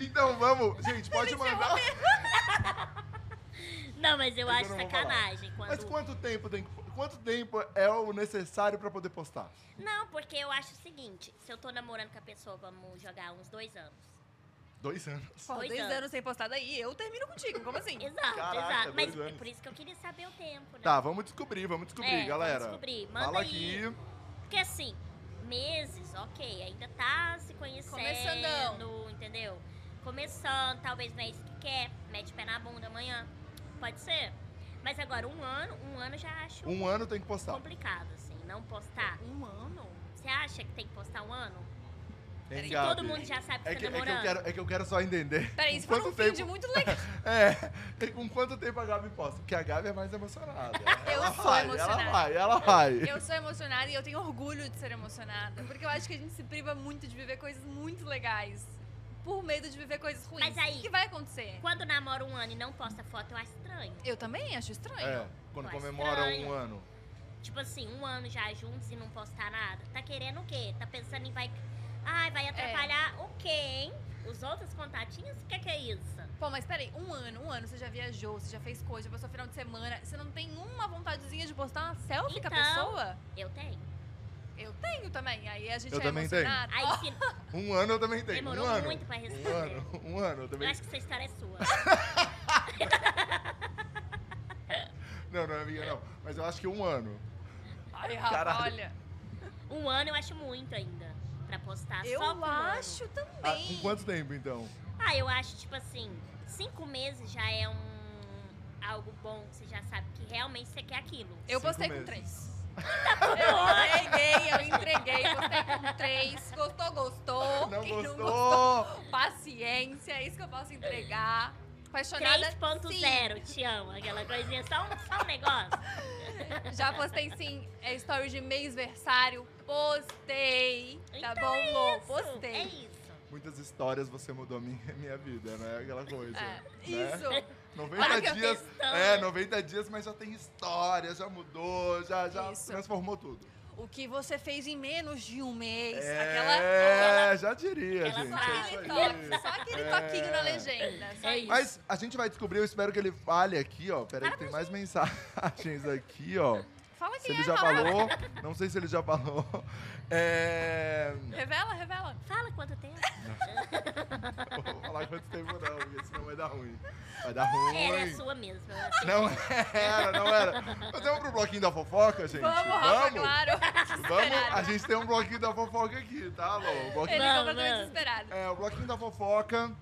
[SPEAKER 3] Então vamos, gente, pode
[SPEAKER 2] é
[SPEAKER 3] mandar.
[SPEAKER 4] Não, mas eu
[SPEAKER 3] Mas
[SPEAKER 4] acho
[SPEAKER 3] eu não vou
[SPEAKER 4] sacanagem. Quando...
[SPEAKER 3] Mas quanto tempo tem que- Quanto tempo é o necessário pra poder postar?
[SPEAKER 4] Não, porque eu acho o seguinte: se eu tô namorando com a pessoa, vamos jogar uns dois anos.
[SPEAKER 3] Dois anos.
[SPEAKER 2] Pô,
[SPEAKER 4] Dois
[SPEAKER 2] dois
[SPEAKER 4] anos.
[SPEAKER 2] anos sem postar daí, eu termino contigo. Como assim?
[SPEAKER 4] é. Exato,
[SPEAKER 3] Caraca,
[SPEAKER 4] exato.
[SPEAKER 3] dois
[SPEAKER 4] Mas
[SPEAKER 3] anos.
[SPEAKER 4] é por isso que eu queria saber o tempo, né?
[SPEAKER 3] Tá, vamos descobrir, vamos descobrir,
[SPEAKER 4] É, vamos
[SPEAKER 3] galera.
[SPEAKER 4] descobrir. Manda
[SPEAKER 3] Fala
[SPEAKER 4] aí.
[SPEAKER 3] aqui.
[SPEAKER 4] Porque assim, meses, ok, ainda tá se conhecendo.
[SPEAKER 2] Começandão.
[SPEAKER 4] Entendeu? Começando, talvez não é isso que quer, mete o pé na bunda amanhã. Pode ser. Mas agora, um ano, um ano eu já acho
[SPEAKER 3] Um ano tem que postar.
[SPEAKER 4] complicado, assim, não postar.
[SPEAKER 2] Um ano?
[SPEAKER 4] Você acha que tem que postar um ano?
[SPEAKER 3] Hein,
[SPEAKER 4] E
[SPEAKER 3] Gabi?
[SPEAKER 4] todo mundo já sabe que
[SPEAKER 3] É que,
[SPEAKER 4] tá
[SPEAKER 3] é que eu
[SPEAKER 4] namorando.
[SPEAKER 3] quero, é que eu quero só entender.
[SPEAKER 2] Peraí,
[SPEAKER 3] com
[SPEAKER 2] isso foi um
[SPEAKER 3] quanto
[SPEAKER 2] vídeo
[SPEAKER 3] tempo-
[SPEAKER 2] muito legal.
[SPEAKER 3] É, e com quanto tempo a Gabi posta? Porque a Gabi é mais emocionada.
[SPEAKER 2] Eu
[SPEAKER 3] ela
[SPEAKER 2] sou
[SPEAKER 3] vai,
[SPEAKER 2] emocionada.
[SPEAKER 3] Ela vai, ela vai.
[SPEAKER 2] Eu sou emocionada e eu tenho orgulho de ser emocionada. Porque eu acho que a gente se priva muito de viver coisas muito legais. Por medo de viver coisas ruins.
[SPEAKER 4] Mas aí-
[SPEAKER 2] O que vai acontecer?
[SPEAKER 4] Quando namora um ano e não posta foto, eu acho estranho.
[SPEAKER 2] Eu também acho estranho.
[SPEAKER 3] É, quando
[SPEAKER 4] Tá
[SPEAKER 3] comemora
[SPEAKER 4] estranho.
[SPEAKER 3] um ano.
[SPEAKER 4] Tipo assim, um ano já juntos e não postar nada. Tá querendo o quê? Tá pensando em vai. Ai, vai atrapalhar o quê, hein? Os outros contatinhos? O que, que é isso?
[SPEAKER 2] Pô, mas peraí, um ano, um ano, você já viajou, você já fez coisa, já passou final de semana. Você não tem uma vontadezinha de postar uma selfie com a
[SPEAKER 4] Então.
[SPEAKER 2] pessoa?
[SPEAKER 4] Eu tenho.
[SPEAKER 2] Eu tenho também. Aí a gente
[SPEAKER 3] Eu
[SPEAKER 2] é
[SPEAKER 3] também tenho.
[SPEAKER 2] emocionado.
[SPEAKER 4] Aí
[SPEAKER 2] Ó,
[SPEAKER 4] se...
[SPEAKER 3] Um ano eu também tenho.
[SPEAKER 4] Demorou
[SPEAKER 3] um ano.
[SPEAKER 4] muito pra
[SPEAKER 3] um
[SPEAKER 4] responder.
[SPEAKER 3] ano, um ano eu
[SPEAKER 4] Eu
[SPEAKER 3] também.
[SPEAKER 4] acho que essa história é sua.
[SPEAKER 3] Não, não é minha, não. Mas eu acho que um ano.
[SPEAKER 2] Ai, Rafa,
[SPEAKER 3] Caralho.
[SPEAKER 2] olha.
[SPEAKER 4] Um ano eu acho muito ainda. Pra postar
[SPEAKER 2] Eu
[SPEAKER 4] só por um ano.
[SPEAKER 2] acho
[SPEAKER 3] Ah, com
[SPEAKER 2] também.
[SPEAKER 3] quanto tempo, então?
[SPEAKER 4] Ah, eu acho, tipo assim, cinco meses já é um algo bom, que você já sabe que realmente você quer aquilo.
[SPEAKER 2] Eu
[SPEAKER 3] Cinco
[SPEAKER 2] postei com
[SPEAKER 3] meses.
[SPEAKER 2] três. Eu entreguei, eu entreguei, postei com três. Gostou, gostou.
[SPEAKER 3] Não
[SPEAKER 2] Quem
[SPEAKER 3] gostou?
[SPEAKER 2] Paciência, é isso que eu posso entregar. Apaixonada. sim.
[SPEAKER 4] 3.0, te amo. Aquela coisinha, só um, só um negócio.
[SPEAKER 2] Já postei sim. É story de mês-versário. Postei. Tá
[SPEAKER 4] Então
[SPEAKER 2] bom,
[SPEAKER 4] é
[SPEAKER 2] Lô?
[SPEAKER 4] isso,
[SPEAKER 2] Postei.
[SPEAKER 4] É isso.
[SPEAKER 3] Muitas histórias você mudou minha, minha vida, né? Aquela coisa.
[SPEAKER 2] É,
[SPEAKER 3] né?
[SPEAKER 2] isso.
[SPEAKER 3] 90
[SPEAKER 4] Olha que eu
[SPEAKER 3] dias.
[SPEAKER 4] fiz tanto.
[SPEAKER 3] É, 90 dias, mas já tem história, já mudou, já, já
[SPEAKER 2] Isso.
[SPEAKER 3] transformou tudo.
[SPEAKER 2] O que você fez em menos de um mês.
[SPEAKER 3] É,
[SPEAKER 2] Aquela.
[SPEAKER 3] já diria,
[SPEAKER 4] aquela
[SPEAKER 3] gente.
[SPEAKER 4] frase.
[SPEAKER 3] é
[SPEAKER 2] aquele
[SPEAKER 3] isso
[SPEAKER 2] toque,
[SPEAKER 3] aí.
[SPEAKER 2] só aquele
[SPEAKER 3] É.
[SPEAKER 2] toquinho na legenda. Só
[SPEAKER 4] É
[SPEAKER 2] isso.
[SPEAKER 3] Mas a gente vai descobrir, eu espero que ele fale aqui, ó. Peraí, que tem mais mensagens aqui, ó.
[SPEAKER 2] Fala
[SPEAKER 3] Se
[SPEAKER 2] quem
[SPEAKER 3] ele
[SPEAKER 2] é,
[SPEAKER 3] já
[SPEAKER 2] fala.
[SPEAKER 3] falou, não sei se ele já falou. É.
[SPEAKER 2] Revela, revela.
[SPEAKER 4] Fala quanto tempo.
[SPEAKER 3] Não vou falar quanto tempo não, porque senão vai dar ruim. Vai dar ruim.
[SPEAKER 4] Era a sua mesmo. eu achei.
[SPEAKER 3] Não era, não era. Mas vamos pro bloquinho da fofoca, gente?
[SPEAKER 2] Vamos, Rafa, claro.
[SPEAKER 3] Vamos, a gente tem um bloquinho da fofoca aqui, tá, Lô? O
[SPEAKER 2] Ele
[SPEAKER 3] bloquinho-
[SPEAKER 2] é
[SPEAKER 4] Vamos,
[SPEAKER 2] completamente
[SPEAKER 4] vamos.
[SPEAKER 2] desesperado.
[SPEAKER 3] É, o bloquinho da fofoca,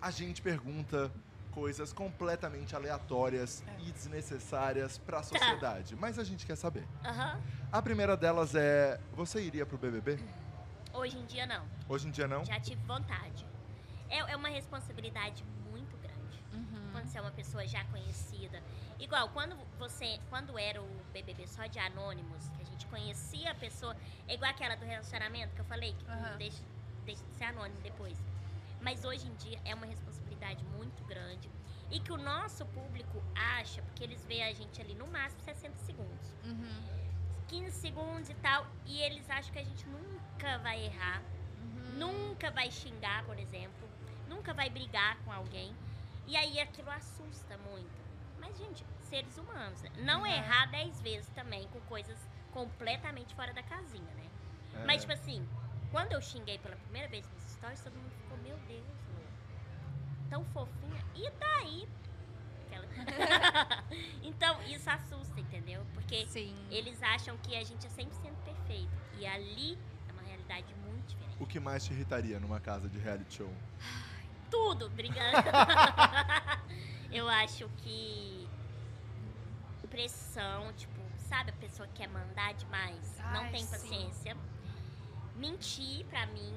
[SPEAKER 3] a gente pergunta coisas completamente aleatórias
[SPEAKER 4] É.
[SPEAKER 3] e desnecessárias pra sociedade. Mas a gente quer saber.
[SPEAKER 4] Aham.
[SPEAKER 3] A primeira delas é, você iria pro BBB?
[SPEAKER 4] Hoje em dia, não.
[SPEAKER 3] Hoje em dia não?
[SPEAKER 4] Já tive vontade. É, é uma responsabilidade muito grande. Quando você é uma pessoa já conhecida. Igual, quando você. Quando era o BBB só de anônimos, que a gente conhecia a pessoa. É igual aquela do relacionamento que eu falei, que
[SPEAKER 2] Aham.
[SPEAKER 4] deixa, deixa de ser anônimo depois. Mas hoje em dia é uma responsabilidade muito grande. E que o nosso público acha, porque eles veem a gente ali no máximo 60 segundos. 15 segundos e tal. E eles acham que a gente nunca vai errar. Nunca vai xingar, por exemplo. Nunca vai brigar com alguém. E aí aquilo assusta muito. Mas, gente, seres humanos. né? Não errar 10 vezes também com coisas completamente fora da casinha, né?
[SPEAKER 3] É.
[SPEAKER 4] Mas, tipo assim, quando eu xinguei pela primeira vez nos stories, todo mundo ficou, meu Deus, Lu, tão fofinha. E daí? Aquela- então, isso assusta, entendeu? Porque
[SPEAKER 2] Sim.
[SPEAKER 4] eles acham que a gente é sempre sendo perfeito. E ali é uma realidade muito diferente.
[SPEAKER 3] O que mais te irritaria numa casa de reality show?
[SPEAKER 4] Tudo, brincando. eu acho que pressão, tipo, sabe, a pessoa que quer mandar demais,
[SPEAKER 2] Ai,
[SPEAKER 4] não tem
[SPEAKER 2] sim.
[SPEAKER 4] paciência. Mentir pra mim,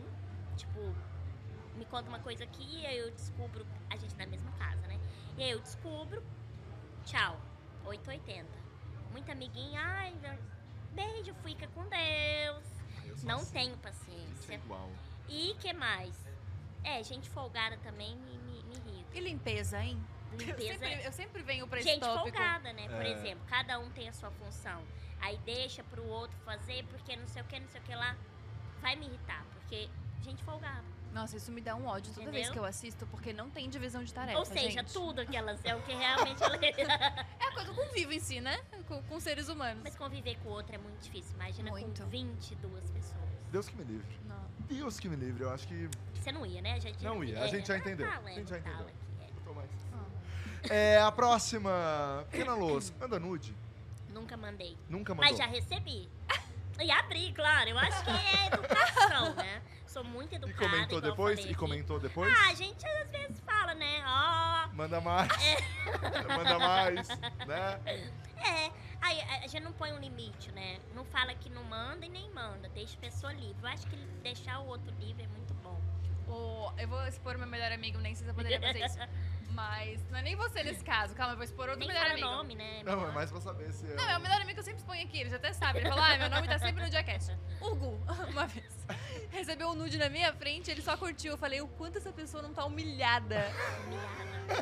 [SPEAKER 4] tipo, me conta uma coisa aqui e aí eu descubro, a gente na mesma casa, né? E aí eu descubro, tchau, 880. Muita amiguinha, ai, beijo, fica com Deus.
[SPEAKER 3] Eu sou
[SPEAKER 4] Não
[SPEAKER 3] assim,
[SPEAKER 4] tenho
[SPEAKER 3] gente, é
[SPEAKER 4] paciência.
[SPEAKER 3] igual.
[SPEAKER 4] E que mais? É, gente folgada também me, me, me irrita.
[SPEAKER 2] E limpeza, hein? Eu
[SPEAKER 4] Limpeza
[SPEAKER 2] sempre, eu sempre venho pra esse
[SPEAKER 4] Gente
[SPEAKER 2] tópico.
[SPEAKER 4] folgada, né? Por
[SPEAKER 3] É.
[SPEAKER 4] exemplo, cada um tem a sua função. Aí deixa pro outro fazer, porque não sei o que, não sei o que lá. Vai me irritar, porque gente folgada.
[SPEAKER 2] Nossa, isso me dá um ódio toda vez
[SPEAKER 4] Entendeu?
[SPEAKER 2] que eu assisto, porque não tem divisão de tarefa,
[SPEAKER 4] Ou seja,
[SPEAKER 2] É, gente.
[SPEAKER 4] tudo que elas é o que realmente ela
[SPEAKER 2] É a coisa do convívio em si, né? Com, com seres humanos.
[SPEAKER 4] Mas conviver com o outro é muito difícil. Imagina
[SPEAKER 2] Muito.
[SPEAKER 4] com 22 pessoas.
[SPEAKER 3] Deus que me livre.
[SPEAKER 2] Não.
[SPEAKER 3] Deus que me livre, eu acho que.
[SPEAKER 4] Você não ia, né? Já tinha-
[SPEAKER 3] Não ia, a gente já entendeu.
[SPEAKER 4] fala,
[SPEAKER 3] A gente já
[SPEAKER 4] fala
[SPEAKER 3] entendeu.
[SPEAKER 4] que é.
[SPEAKER 3] Tô mais.
[SPEAKER 4] Ah.
[SPEAKER 3] É, a próxima. Pequena Luz, anda nude?
[SPEAKER 4] é. Nunca mandei.
[SPEAKER 3] Nunca mandou.
[SPEAKER 4] Mas já recebi. E abri, claro. Eu acho que é educação, né? Sou muito educada.
[SPEAKER 3] E comentou
[SPEAKER 4] igual eu
[SPEAKER 3] depois?
[SPEAKER 4] falei
[SPEAKER 3] E
[SPEAKER 4] aqui.
[SPEAKER 3] comentou depois?
[SPEAKER 4] Ah, a gente às vezes fala, né? Ó.
[SPEAKER 3] Manda mais. Manda mais, né?
[SPEAKER 4] é. Aí Ai, a- a gente não põe um limite, né? Não fala que não manda e nem manda, deixa a pessoa livre. Eu acho que deixar o outro livre é muito bom.
[SPEAKER 2] O- eu vou expor meu melhor amigo, nem sei se eu poderia fazer isso. Mas não é nem você nesse caso. Calma, eu vou expor outro
[SPEAKER 4] Nem
[SPEAKER 2] melhor
[SPEAKER 4] fala
[SPEAKER 2] amigo.
[SPEAKER 4] nome, né?
[SPEAKER 3] Não, é mais pra saber se é.
[SPEAKER 2] Não, é o melhor amigo que eu sempre exponho aqui, ele já até sabe. Ele falou, ah, meu nome tá sempre no Diacast. O Gu, uma vez. Recebeu um nude na minha frente, ele só curtiu. Eu falei, o quanto essa pessoa não tá humilhada.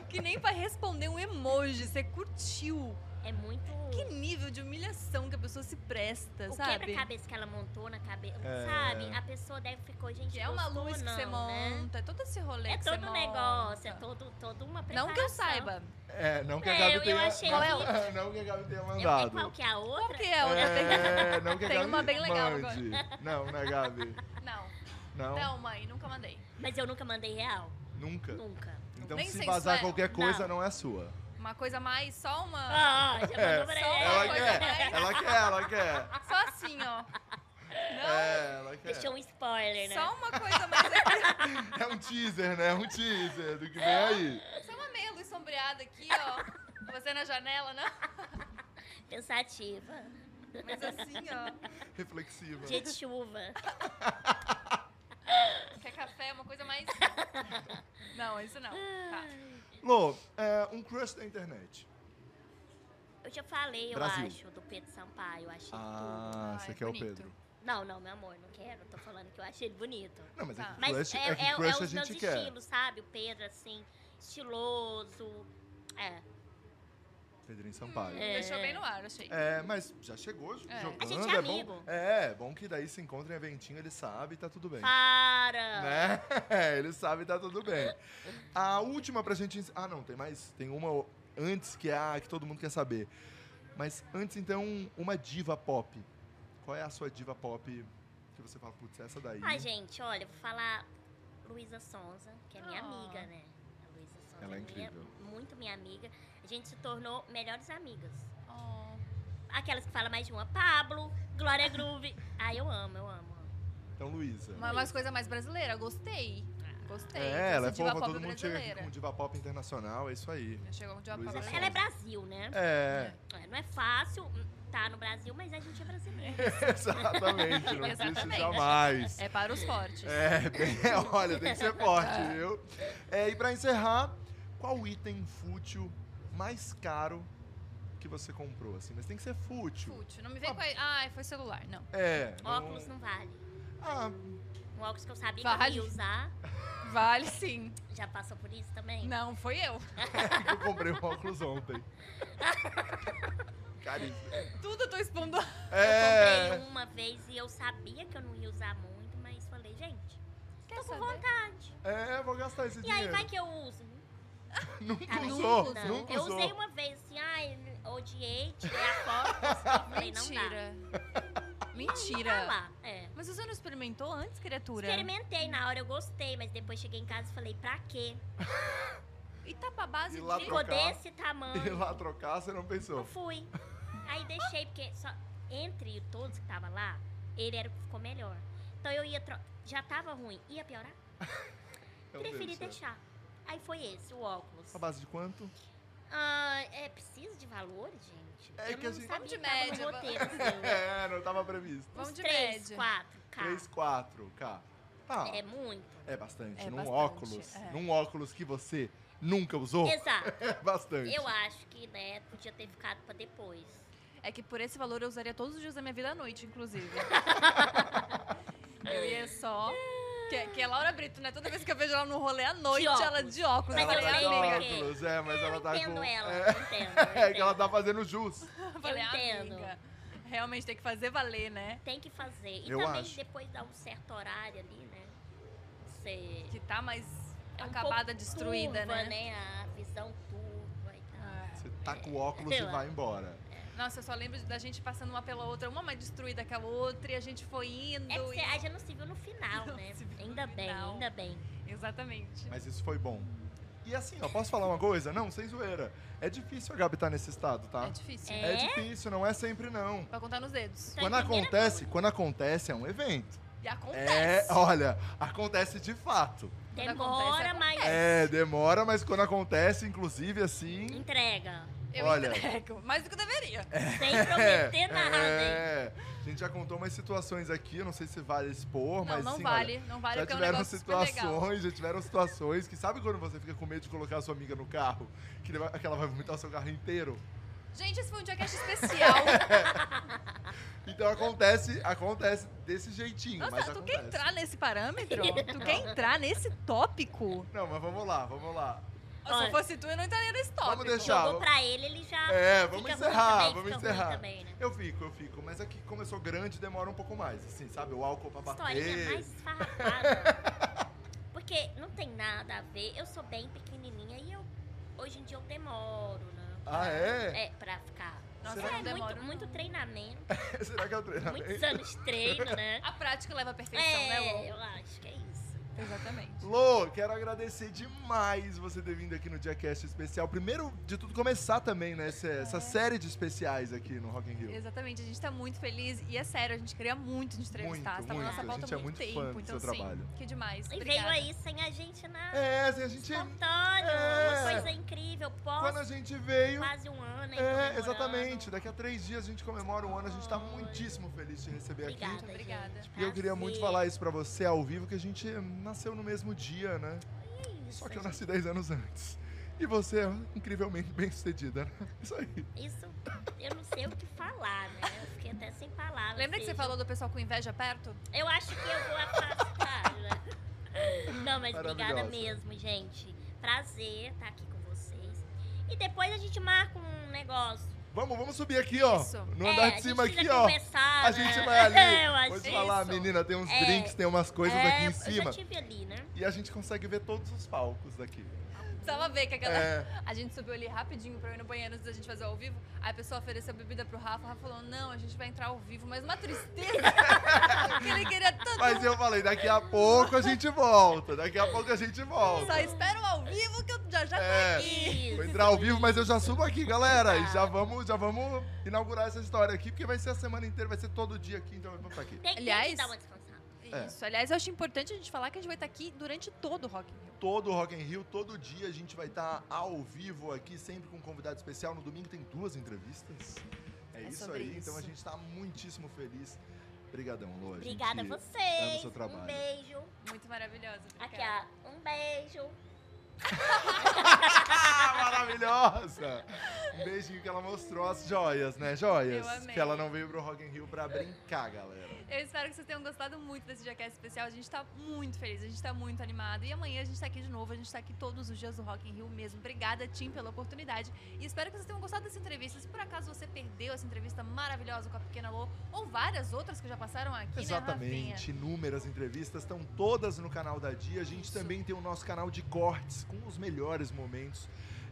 [SPEAKER 2] que nem pra responder um emoji, você curtiu.
[SPEAKER 4] É muito.
[SPEAKER 2] Que nível de humilhação que a pessoa se presta,
[SPEAKER 4] o
[SPEAKER 2] sabe?
[SPEAKER 4] quebra-cabeça que ela montou na cabeça,
[SPEAKER 3] É.
[SPEAKER 4] sabe? A pessoa deve ficou, gente.
[SPEAKER 2] Que é uma
[SPEAKER 4] gostou,
[SPEAKER 2] luz que
[SPEAKER 4] não,
[SPEAKER 2] você
[SPEAKER 4] né?
[SPEAKER 2] monta, é todo esse rolê
[SPEAKER 4] É
[SPEAKER 2] que você
[SPEAKER 4] todo um negócio, é
[SPEAKER 2] monta.
[SPEAKER 4] todo, todo uma preparação.
[SPEAKER 2] Não que eu saiba.
[SPEAKER 3] É, não que a
[SPEAKER 4] É,
[SPEAKER 3] Gabi
[SPEAKER 4] eu- eu
[SPEAKER 3] tenha.
[SPEAKER 4] achei
[SPEAKER 3] não, não que a Gabi tenha
[SPEAKER 4] Eu
[SPEAKER 3] mandado.
[SPEAKER 4] sei qual que é a outra.
[SPEAKER 2] Qual que é? Eu tenho-
[SPEAKER 3] É, não que a
[SPEAKER 2] Tem
[SPEAKER 3] Gabi
[SPEAKER 2] uma bem legal agora.
[SPEAKER 3] mande. Não, né, Gabi?
[SPEAKER 2] Não.
[SPEAKER 3] Não,
[SPEAKER 2] Não, mãe, nunca mandei.
[SPEAKER 4] Mas eu nunca mandei real.
[SPEAKER 3] nunca.
[SPEAKER 4] Nunca.
[SPEAKER 3] Então,
[SPEAKER 2] Nem
[SPEAKER 3] se
[SPEAKER 2] sensual.
[SPEAKER 3] vazar qualquer coisa,
[SPEAKER 4] Não.
[SPEAKER 3] não, é sua.
[SPEAKER 2] Uma coisa mais, só uma.
[SPEAKER 4] Ah, já mandou pra
[SPEAKER 2] só
[SPEAKER 4] ela.
[SPEAKER 3] Ela
[SPEAKER 2] coisa
[SPEAKER 3] quer,
[SPEAKER 2] mais.
[SPEAKER 3] ela quer, ela quer.
[SPEAKER 2] Só assim, ó. Não,
[SPEAKER 3] É, ela quer.
[SPEAKER 4] Deixou um spoiler, né?
[SPEAKER 2] só uma coisa mais aqui.
[SPEAKER 3] É um teaser, né? É um teaser do que vem aí.
[SPEAKER 2] Só uma meia luz sombreada aqui, ó. Você na janela, não? um?
[SPEAKER 4] Pensativa.
[SPEAKER 2] Mas assim, ó.
[SPEAKER 3] Reflexiva.
[SPEAKER 4] Dia de chuva.
[SPEAKER 2] Quer café? Uma coisa mais. Não, isso não. Tá.
[SPEAKER 3] Lô, é, um crush da internet.
[SPEAKER 4] Eu já falei, eu
[SPEAKER 3] Brasil.
[SPEAKER 4] acho, do Pedro Sampaio. Eu achei tudo.
[SPEAKER 3] Ah,
[SPEAKER 2] Ah,
[SPEAKER 3] você
[SPEAKER 2] é
[SPEAKER 3] quer o
[SPEAKER 2] bonito.
[SPEAKER 3] Pedro.
[SPEAKER 4] Não, não, meu amor, não quero. Tô falando que eu achei ele bonito.
[SPEAKER 3] Não, mas é
[SPEAKER 2] Tá.
[SPEAKER 3] que
[SPEAKER 4] Mas
[SPEAKER 3] crush,
[SPEAKER 4] é,
[SPEAKER 3] é, que
[SPEAKER 4] é- é
[SPEAKER 3] crush a
[SPEAKER 4] os meus
[SPEAKER 3] gente quer.
[SPEAKER 4] estilos, sabe? O Pedro, assim, estiloso. É.
[SPEAKER 3] Pedrinho Sampaio. É.
[SPEAKER 2] Deixou bem no ar, achei.
[SPEAKER 3] mas já chegou jo-
[SPEAKER 2] É.
[SPEAKER 3] jogando.
[SPEAKER 4] A gente é
[SPEAKER 3] bom,
[SPEAKER 4] amigo.
[SPEAKER 3] é, bom que daí se encontra em eventinho, ele sabe e tá tudo bem.
[SPEAKER 4] Para!
[SPEAKER 3] Né? ele sabe e tá tudo bem. A última pra gente... ens- Ah, não, tem mais. Tem uma antes que é a que todo mundo quer saber. Mas antes, então, uma diva pop. Qual é a sua diva pop que você fala, putz, essa daí?
[SPEAKER 4] Ai, gente, olha, vou falar Luísa Sonza, que é minha
[SPEAKER 2] Ah.
[SPEAKER 4] amiga, né? A Luísa Sonza
[SPEAKER 3] Ela é
[SPEAKER 4] minha-
[SPEAKER 3] incrível.
[SPEAKER 4] muito minha amiga. A gente se tornou melhores amigas.
[SPEAKER 2] Oh.
[SPEAKER 4] Aquelas que falam mais de uma. Pablo, Glória Groove. Ai, eu amo, eu amo. amo.
[SPEAKER 3] Então, Luísa.
[SPEAKER 2] Uma, umas coisa mais brasileira, gostei. Gostei.
[SPEAKER 3] É, ela é
[SPEAKER 2] diva
[SPEAKER 3] fofa,
[SPEAKER 2] pop
[SPEAKER 3] todo mundo chega aqui
[SPEAKER 2] brasileira.
[SPEAKER 3] com diva pop internacional, é isso aí.
[SPEAKER 2] Chegou com um diva pop
[SPEAKER 3] Luísa
[SPEAKER 2] brasileira.
[SPEAKER 4] Ela é Brasil, né?
[SPEAKER 3] É,
[SPEAKER 4] É, Não é fácil tá no Brasil, mas a gente é brasileiro.
[SPEAKER 3] exatamente, não existe
[SPEAKER 2] Exatamente.
[SPEAKER 3] jamais.
[SPEAKER 2] É para os fortes.
[SPEAKER 3] É, bem, olha, tem que ser forte, viu? É, e pra encerrar, qual item fútil mais caro que você comprou, assim? Mas tem que ser fútil.
[SPEAKER 2] Fútil. Não me vem com. a- Ai, foi celular. Não.
[SPEAKER 3] É. não-
[SPEAKER 4] Óculos não vale.
[SPEAKER 3] Ah,
[SPEAKER 4] Um óculos que eu sabia que eu
[SPEAKER 2] Vale.
[SPEAKER 4] ia usar.
[SPEAKER 2] Vale sim.
[SPEAKER 4] Já passou por isso também?
[SPEAKER 2] Não, foi eu.
[SPEAKER 3] eu comprei um óculos ontem. É, Caríssimo.
[SPEAKER 2] Tudo eu tô expondo.
[SPEAKER 4] um. Eu
[SPEAKER 3] É.
[SPEAKER 4] comprei uma vez e eu sabia que eu não ia usar muito, mas falei, gente,
[SPEAKER 2] Quer
[SPEAKER 4] tô com
[SPEAKER 2] saber?
[SPEAKER 4] vontade.
[SPEAKER 3] É, vou gastar esse
[SPEAKER 4] E aí
[SPEAKER 3] dinheiro.
[SPEAKER 4] vai que eu uso.
[SPEAKER 3] Nunca
[SPEAKER 4] Tá vendo?
[SPEAKER 3] usou,
[SPEAKER 4] Não.
[SPEAKER 3] nunca
[SPEAKER 4] Eu
[SPEAKER 3] usou.
[SPEAKER 4] usei uma vez assim, ai, odiei, tirei a foto, falei, não dá.
[SPEAKER 2] Mentira.
[SPEAKER 4] Tá
[SPEAKER 2] Mentira.
[SPEAKER 4] lá, é.
[SPEAKER 2] Mas você não experimentou antes, criatura?
[SPEAKER 4] Experimentei na hora, eu gostei, mas depois cheguei em casa e falei, pra quê?
[SPEAKER 2] E tá pra base
[SPEAKER 3] E
[SPEAKER 2] de...
[SPEAKER 3] lá
[SPEAKER 4] Ficou
[SPEAKER 3] trocar.
[SPEAKER 4] desse
[SPEAKER 3] E
[SPEAKER 4] tamanho.
[SPEAKER 3] lá trocar, você não
[SPEAKER 4] Eu
[SPEAKER 3] pensou.
[SPEAKER 4] fui. Aí deixei, porque só entre todos que tava lá, ele era o que ficou melhor. Então eu ia. tro- Já tava ruim. Ia piorar?
[SPEAKER 3] Então
[SPEAKER 4] Preferi
[SPEAKER 3] deixa.
[SPEAKER 4] deixar. Aí foi esse, o óculos.
[SPEAKER 3] A base de quanto?
[SPEAKER 4] Ah, é preciso de valor, gente?
[SPEAKER 3] É
[SPEAKER 4] eu
[SPEAKER 3] que a
[SPEAKER 4] não
[SPEAKER 3] gente-
[SPEAKER 4] sabia
[SPEAKER 2] Vamos de
[SPEAKER 4] que tava no
[SPEAKER 2] média,
[SPEAKER 4] roteiro, assim.
[SPEAKER 3] É, não tava previsto.
[SPEAKER 2] Vamos
[SPEAKER 4] Uns
[SPEAKER 2] de
[SPEAKER 4] três,
[SPEAKER 2] média.
[SPEAKER 4] quatro, cara.
[SPEAKER 3] 3, 4, K. Tá.
[SPEAKER 4] É muito.
[SPEAKER 3] É bastante.
[SPEAKER 2] É
[SPEAKER 3] num
[SPEAKER 2] bastante,
[SPEAKER 3] óculos.
[SPEAKER 2] é.
[SPEAKER 3] Num óculos que você nunca usou.
[SPEAKER 4] Exato.
[SPEAKER 3] É bastante.
[SPEAKER 4] Eu acho que, né, podia ter ficado pra depois.
[SPEAKER 2] É que por esse valor eu usaria todos os dias da minha vida à noite, inclusive. eu ia só... Que, que é Laura Brito, né? Toda vez que eu vejo ela no rolê à noite,
[SPEAKER 4] óculos.
[SPEAKER 2] ela é de óculos.
[SPEAKER 4] Mas
[SPEAKER 3] ela
[SPEAKER 4] eu
[SPEAKER 2] falei, "Ah,
[SPEAKER 3] tá de
[SPEAKER 4] sei
[SPEAKER 2] amiga.
[SPEAKER 4] porque-
[SPEAKER 3] óculos, é, mas ela
[SPEAKER 4] eu
[SPEAKER 3] tá
[SPEAKER 4] entendo
[SPEAKER 3] com.
[SPEAKER 4] ela,
[SPEAKER 3] É,
[SPEAKER 4] eu entendo. eu
[SPEAKER 3] é que ela
[SPEAKER 4] entendo.
[SPEAKER 3] tá fazendo jus.
[SPEAKER 2] Eu falei, "Ah,
[SPEAKER 4] entendo.
[SPEAKER 2] amiga. Realmente tem que fazer valer, né?
[SPEAKER 4] Tem que fazer. E
[SPEAKER 3] Eu
[SPEAKER 4] também
[SPEAKER 3] acho.
[SPEAKER 4] depois dá um certo horário ali, né? Você.
[SPEAKER 2] Que tá mais
[SPEAKER 4] é um
[SPEAKER 2] acabada,
[SPEAKER 4] pouco
[SPEAKER 2] destruída,
[SPEAKER 4] turva,
[SPEAKER 2] né?
[SPEAKER 4] A visão turva e tal.
[SPEAKER 2] É.
[SPEAKER 3] Você tá com o óculos e
[SPEAKER 4] Eu
[SPEAKER 3] vai embora.
[SPEAKER 2] Nossa, eu só lembro da gente passando uma pela outra, uma mais destruída que a outra, e a gente foi indo.
[SPEAKER 4] É que você,
[SPEAKER 2] e-
[SPEAKER 4] a gente não se viu no final,
[SPEAKER 2] Não
[SPEAKER 4] né?
[SPEAKER 2] se viu no
[SPEAKER 4] Ainda bem,
[SPEAKER 2] final.
[SPEAKER 4] ainda bem.
[SPEAKER 2] Exatamente.
[SPEAKER 3] Mas isso foi bom. E assim, ó, posso falar uma coisa? Não, sem zoeira. É difícil a Gabi estar nesse estado, tá?
[SPEAKER 2] É difícil.
[SPEAKER 4] É.
[SPEAKER 3] É difícil, não é sempre não.
[SPEAKER 2] Pra contar nos dedos.
[SPEAKER 4] Então,
[SPEAKER 3] Quando
[SPEAKER 4] a primeira
[SPEAKER 3] acontece, quando acontece é um evento.
[SPEAKER 2] E
[SPEAKER 3] É,
[SPEAKER 2] acontece.
[SPEAKER 3] olha, acontece de fato.
[SPEAKER 2] Quando acontece, É,
[SPEAKER 4] Demora, mas
[SPEAKER 3] É, demora, mas quando acontece, inclusive assim,
[SPEAKER 4] entrega.
[SPEAKER 2] Eu
[SPEAKER 3] Olha.
[SPEAKER 2] entrego, mais do que eu deveria.
[SPEAKER 4] Sem prometer nada, hein?
[SPEAKER 3] É, a gente já contou umas situações aqui, eu não sei se vale expor,
[SPEAKER 2] não,
[SPEAKER 3] mas
[SPEAKER 2] não
[SPEAKER 3] sim,
[SPEAKER 2] vale,
[SPEAKER 3] olha,
[SPEAKER 2] não vale
[SPEAKER 3] já
[SPEAKER 2] porque é um
[SPEAKER 3] tiveram
[SPEAKER 2] negócio super legal.
[SPEAKER 3] situações, já tiveram situações que sabe quando você fica com medo de colocar a sua amiga no carro, que, ele vai- que ela vai vomitar o seu carro inteiro?
[SPEAKER 2] Gente, esse foi um diacast especial.
[SPEAKER 3] Então acontece, acontece desse jeitinho, mas
[SPEAKER 2] Nossa, tu
[SPEAKER 3] acontece.
[SPEAKER 2] quer entrar nesse parâmetro? Tu quer entrar nesse tópico?
[SPEAKER 3] Não, mas vamos lá, vamos lá.
[SPEAKER 2] Se eu
[SPEAKER 4] Olha.
[SPEAKER 2] fosse tu, eu não entraria nesse tópico.
[SPEAKER 3] Vamos deixar.
[SPEAKER 4] Jogou pra ele, ele já.
[SPEAKER 3] É, vamos
[SPEAKER 4] fica ruim
[SPEAKER 3] encerrar,
[SPEAKER 4] também,
[SPEAKER 3] vamos
[SPEAKER 4] fica ruim
[SPEAKER 3] encerrar.
[SPEAKER 4] também, né?
[SPEAKER 3] Eu fico, eu fico, mas aqui como eu sou grande demora um pouco mais, assim, sabe? O álcool pra
[SPEAKER 2] é
[SPEAKER 4] Historinha
[SPEAKER 3] bater.
[SPEAKER 4] mais esfarrapada. Porque não tem nada a ver. Eu sou bem pequenininha e eu. Hoje em dia eu demoro, né?
[SPEAKER 3] Ah, é?
[SPEAKER 4] É, pra ficar.
[SPEAKER 2] Nossa,
[SPEAKER 4] Será
[SPEAKER 2] eu
[SPEAKER 4] é
[SPEAKER 2] não demoro,
[SPEAKER 4] muito,
[SPEAKER 2] não.
[SPEAKER 4] muito treinamento,
[SPEAKER 3] Será que é o
[SPEAKER 4] muitos
[SPEAKER 3] treinamento?
[SPEAKER 4] anos de treino, né?
[SPEAKER 2] A prática leva à perfeição,
[SPEAKER 4] É,
[SPEAKER 2] né,
[SPEAKER 4] eu acho que é isso.
[SPEAKER 2] Lu? Exatamente.
[SPEAKER 3] Lô, quero agradecer demais você ter vindo aqui no Diacast especial. Primeiro de tudo, começar também, né? Essa, essa série de especiais aqui no Rock in Rio.
[SPEAKER 2] Exatamente, a gente tá muito feliz e é sério, a gente queria muito te entrevistar. você
[SPEAKER 3] Muito,
[SPEAKER 2] tá na
[SPEAKER 3] muito.
[SPEAKER 2] nossa
[SPEAKER 3] A
[SPEAKER 2] pauta
[SPEAKER 3] gente é
[SPEAKER 2] há muito
[SPEAKER 3] muito
[SPEAKER 2] tempo,
[SPEAKER 3] fã do
[SPEAKER 2] então
[SPEAKER 3] seu
[SPEAKER 2] sim.
[SPEAKER 3] trabalho.
[SPEAKER 2] Que demais.
[SPEAKER 4] E veio
[SPEAKER 2] Obrigada.
[SPEAKER 4] aí sem a gente nada.
[SPEAKER 3] É, assim, a gente.
[SPEAKER 4] Espontâneo,
[SPEAKER 3] É.
[SPEAKER 4] uma coisa incrível,
[SPEAKER 3] Quando a
[SPEAKER 4] pós
[SPEAKER 3] gente veio.
[SPEAKER 4] quase um ano, hein?
[SPEAKER 3] É,
[SPEAKER 4] comemorando.
[SPEAKER 3] exatamente. Daqui a três dias a gente comemora um ano. A gente tá muitíssimo feliz de receber aqui.
[SPEAKER 4] Obrigada,
[SPEAKER 2] Muito obrigada.
[SPEAKER 4] gente,
[SPEAKER 3] E eu queria muito
[SPEAKER 4] prazer.
[SPEAKER 3] falar isso pra você ao vivo, que a gente nasceu no mesmo dia, né? Só que eu nasci 10 anos antes. E você é incrivelmente bem sucedida, né? Isso aí.
[SPEAKER 4] Isso, eu não sei o que falar, né? Eu fiquei até sem palavras.
[SPEAKER 2] Lembra que você
[SPEAKER 4] seja-
[SPEAKER 2] falou do pessoal com inveja perto?
[SPEAKER 4] Eu acho que eu vou afastar. né? Não, mas obrigada
[SPEAKER 3] Maravilhosa.
[SPEAKER 4] mesmo, gente. Prazer estar aqui com vocês. E depois a gente marca um negócio.
[SPEAKER 3] Vamos, vamos subir aqui, ó.
[SPEAKER 2] Isso.
[SPEAKER 3] No andar
[SPEAKER 4] É,
[SPEAKER 3] de cima
[SPEAKER 4] a gente
[SPEAKER 3] aqui,
[SPEAKER 4] precisa
[SPEAKER 3] ó.
[SPEAKER 4] conversar,
[SPEAKER 3] A
[SPEAKER 4] né?
[SPEAKER 3] gente vai
[SPEAKER 4] eu
[SPEAKER 3] ali.
[SPEAKER 4] acho
[SPEAKER 3] Vou te falar,
[SPEAKER 2] isso.
[SPEAKER 3] menina, tem uns
[SPEAKER 4] É.
[SPEAKER 3] drinks, tem umas coisas
[SPEAKER 4] é,
[SPEAKER 3] aqui em
[SPEAKER 4] Eu já
[SPEAKER 3] cima.
[SPEAKER 4] estive ali, né?
[SPEAKER 3] E a gente consegue ver todos os palcos daqui.
[SPEAKER 2] Precisava ver que aquela.
[SPEAKER 3] É.
[SPEAKER 2] A gente subiu ali rapidinho pra eu ir no banheiro antes da gente fazer ao vivo. Aí a pessoa ofereceu bebida pro Rafa. O Rafa falou: Não, a gente vai entrar ao vivo, mas uma tristeza. porque ele queria tanto.
[SPEAKER 3] Mas eu falei, daqui a pouco a gente volta. Daqui a pouco a gente
[SPEAKER 2] Só
[SPEAKER 3] volta.
[SPEAKER 2] espero ao vivo que eu já já tô
[SPEAKER 3] É.
[SPEAKER 2] aqui.
[SPEAKER 3] Vou
[SPEAKER 4] Isso.
[SPEAKER 3] entrar ao vivo, mas eu já subo aqui, galera. E já vamos, já vamos inaugurar essa história aqui, porque vai ser a semana inteira, vai ser todo dia aqui, então vamos estar aqui.
[SPEAKER 4] Tem, tem
[SPEAKER 2] Aliás-
[SPEAKER 4] que dar uma descansada.
[SPEAKER 3] É.
[SPEAKER 2] Isso. Aliás, eu acho importante a gente falar que a gente vai estar aqui durante todo o Rock in Rio.
[SPEAKER 3] Todo o Rock in Rio, todo dia a gente vai estar ao vivo aqui, sempre com um convidado especial. No domingo tem duas entrevistas. É,
[SPEAKER 2] É
[SPEAKER 3] isso
[SPEAKER 2] sobre isso.
[SPEAKER 3] aí, então a gente está muitíssimo feliz. Obrigadão, Lô.
[SPEAKER 4] Obrigada a
[SPEAKER 3] gente Ama o
[SPEAKER 4] vocês.
[SPEAKER 3] seu
[SPEAKER 4] Um
[SPEAKER 3] trabalho.
[SPEAKER 4] beijo.
[SPEAKER 2] Muito maravilhosa.
[SPEAKER 4] Aqui,
[SPEAKER 2] obrigada.
[SPEAKER 4] ó. Um beijo.
[SPEAKER 3] Ah, maravilhosa! Um beijinho que ela mostrou as joias, né? Joias.
[SPEAKER 2] Eu amei.
[SPEAKER 3] Que ela não veio pro Rock in Rio pra brincar, galera.
[SPEAKER 2] Eu espero que vocês tenham gostado muito desse Jackass especial. A gente tá muito feliz, a gente tá muito animado. E amanhã a gente tá aqui de novo, a gente tá aqui todos os dias do Rock in Rio mesmo. Obrigada, Tim, pela oportunidade. E espero que vocês tenham gostado dessa entrevista. Se por acaso você perdeu essa entrevista maravilhosa com a Pequena Lô, ou várias outras que já passaram aqui, né,
[SPEAKER 3] Exatamente,
[SPEAKER 2] Rafinha?
[SPEAKER 3] inúmeras entrevistas estão todas no canal da Dia. A gente
[SPEAKER 2] Isso.
[SPEAKER 3] também tem o nosso canal de cortes com os melhores momentos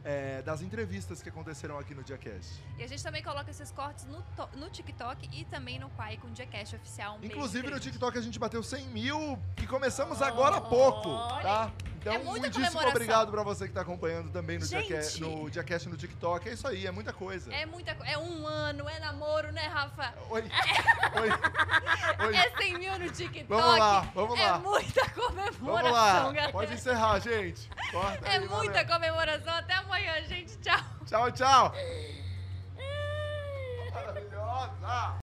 [SPEAKER 3] é, das entrevistas que aconteceram aqui no Diacast.
[SPEAKER 2] E a gente também coloca esses cortes no, to- no TikTok e também no Quai com o Jackass oficial. Um beijo
[SPEAKER 3] Inclusive no
[SPEAKER 2] grande.
[SPEAKER 3] TikTok a gente bateu 100 mil, que começamos agora há pouco, tá? Então,
[SPEAKER 2] É muita
[SPEAKER 3] muitíssimo
[SPEAKER 2] comemoração.
[SPEAKER 3] obrigado pra você que tá acompanhando também no,
[SPEAKER 2] Gente!
[SPEAKER 3] Diaca- no Diacast no TikTok. É isso aí, é muita coisa.
[SPEAKER 2] É muita co- É um ano, é namoro, né, Rafa?
[SPEAKER 3] Oi. Oi. Oi.
[SPEAKER 2] É 100 mil no TikTok.
[SPEAKER 3] Vamos lá, vamos
[SPEAKER 2] É
[SPEAKER 3] lá.
[SPEAKER 2] muita comemoração,
[SPEAKER 3] Vamos lá.
[SPEAKER 2] galera.
[SPEAKER 3] Pode encerrar, gente. Corta
[SPEAKER 2] É
[SPEAKER 3] aí, valeu.
[SPEAKER 2] muita comemoração. Até amanhã, gente. Tchau.
[SPEAKER 3] Tchau, tchau.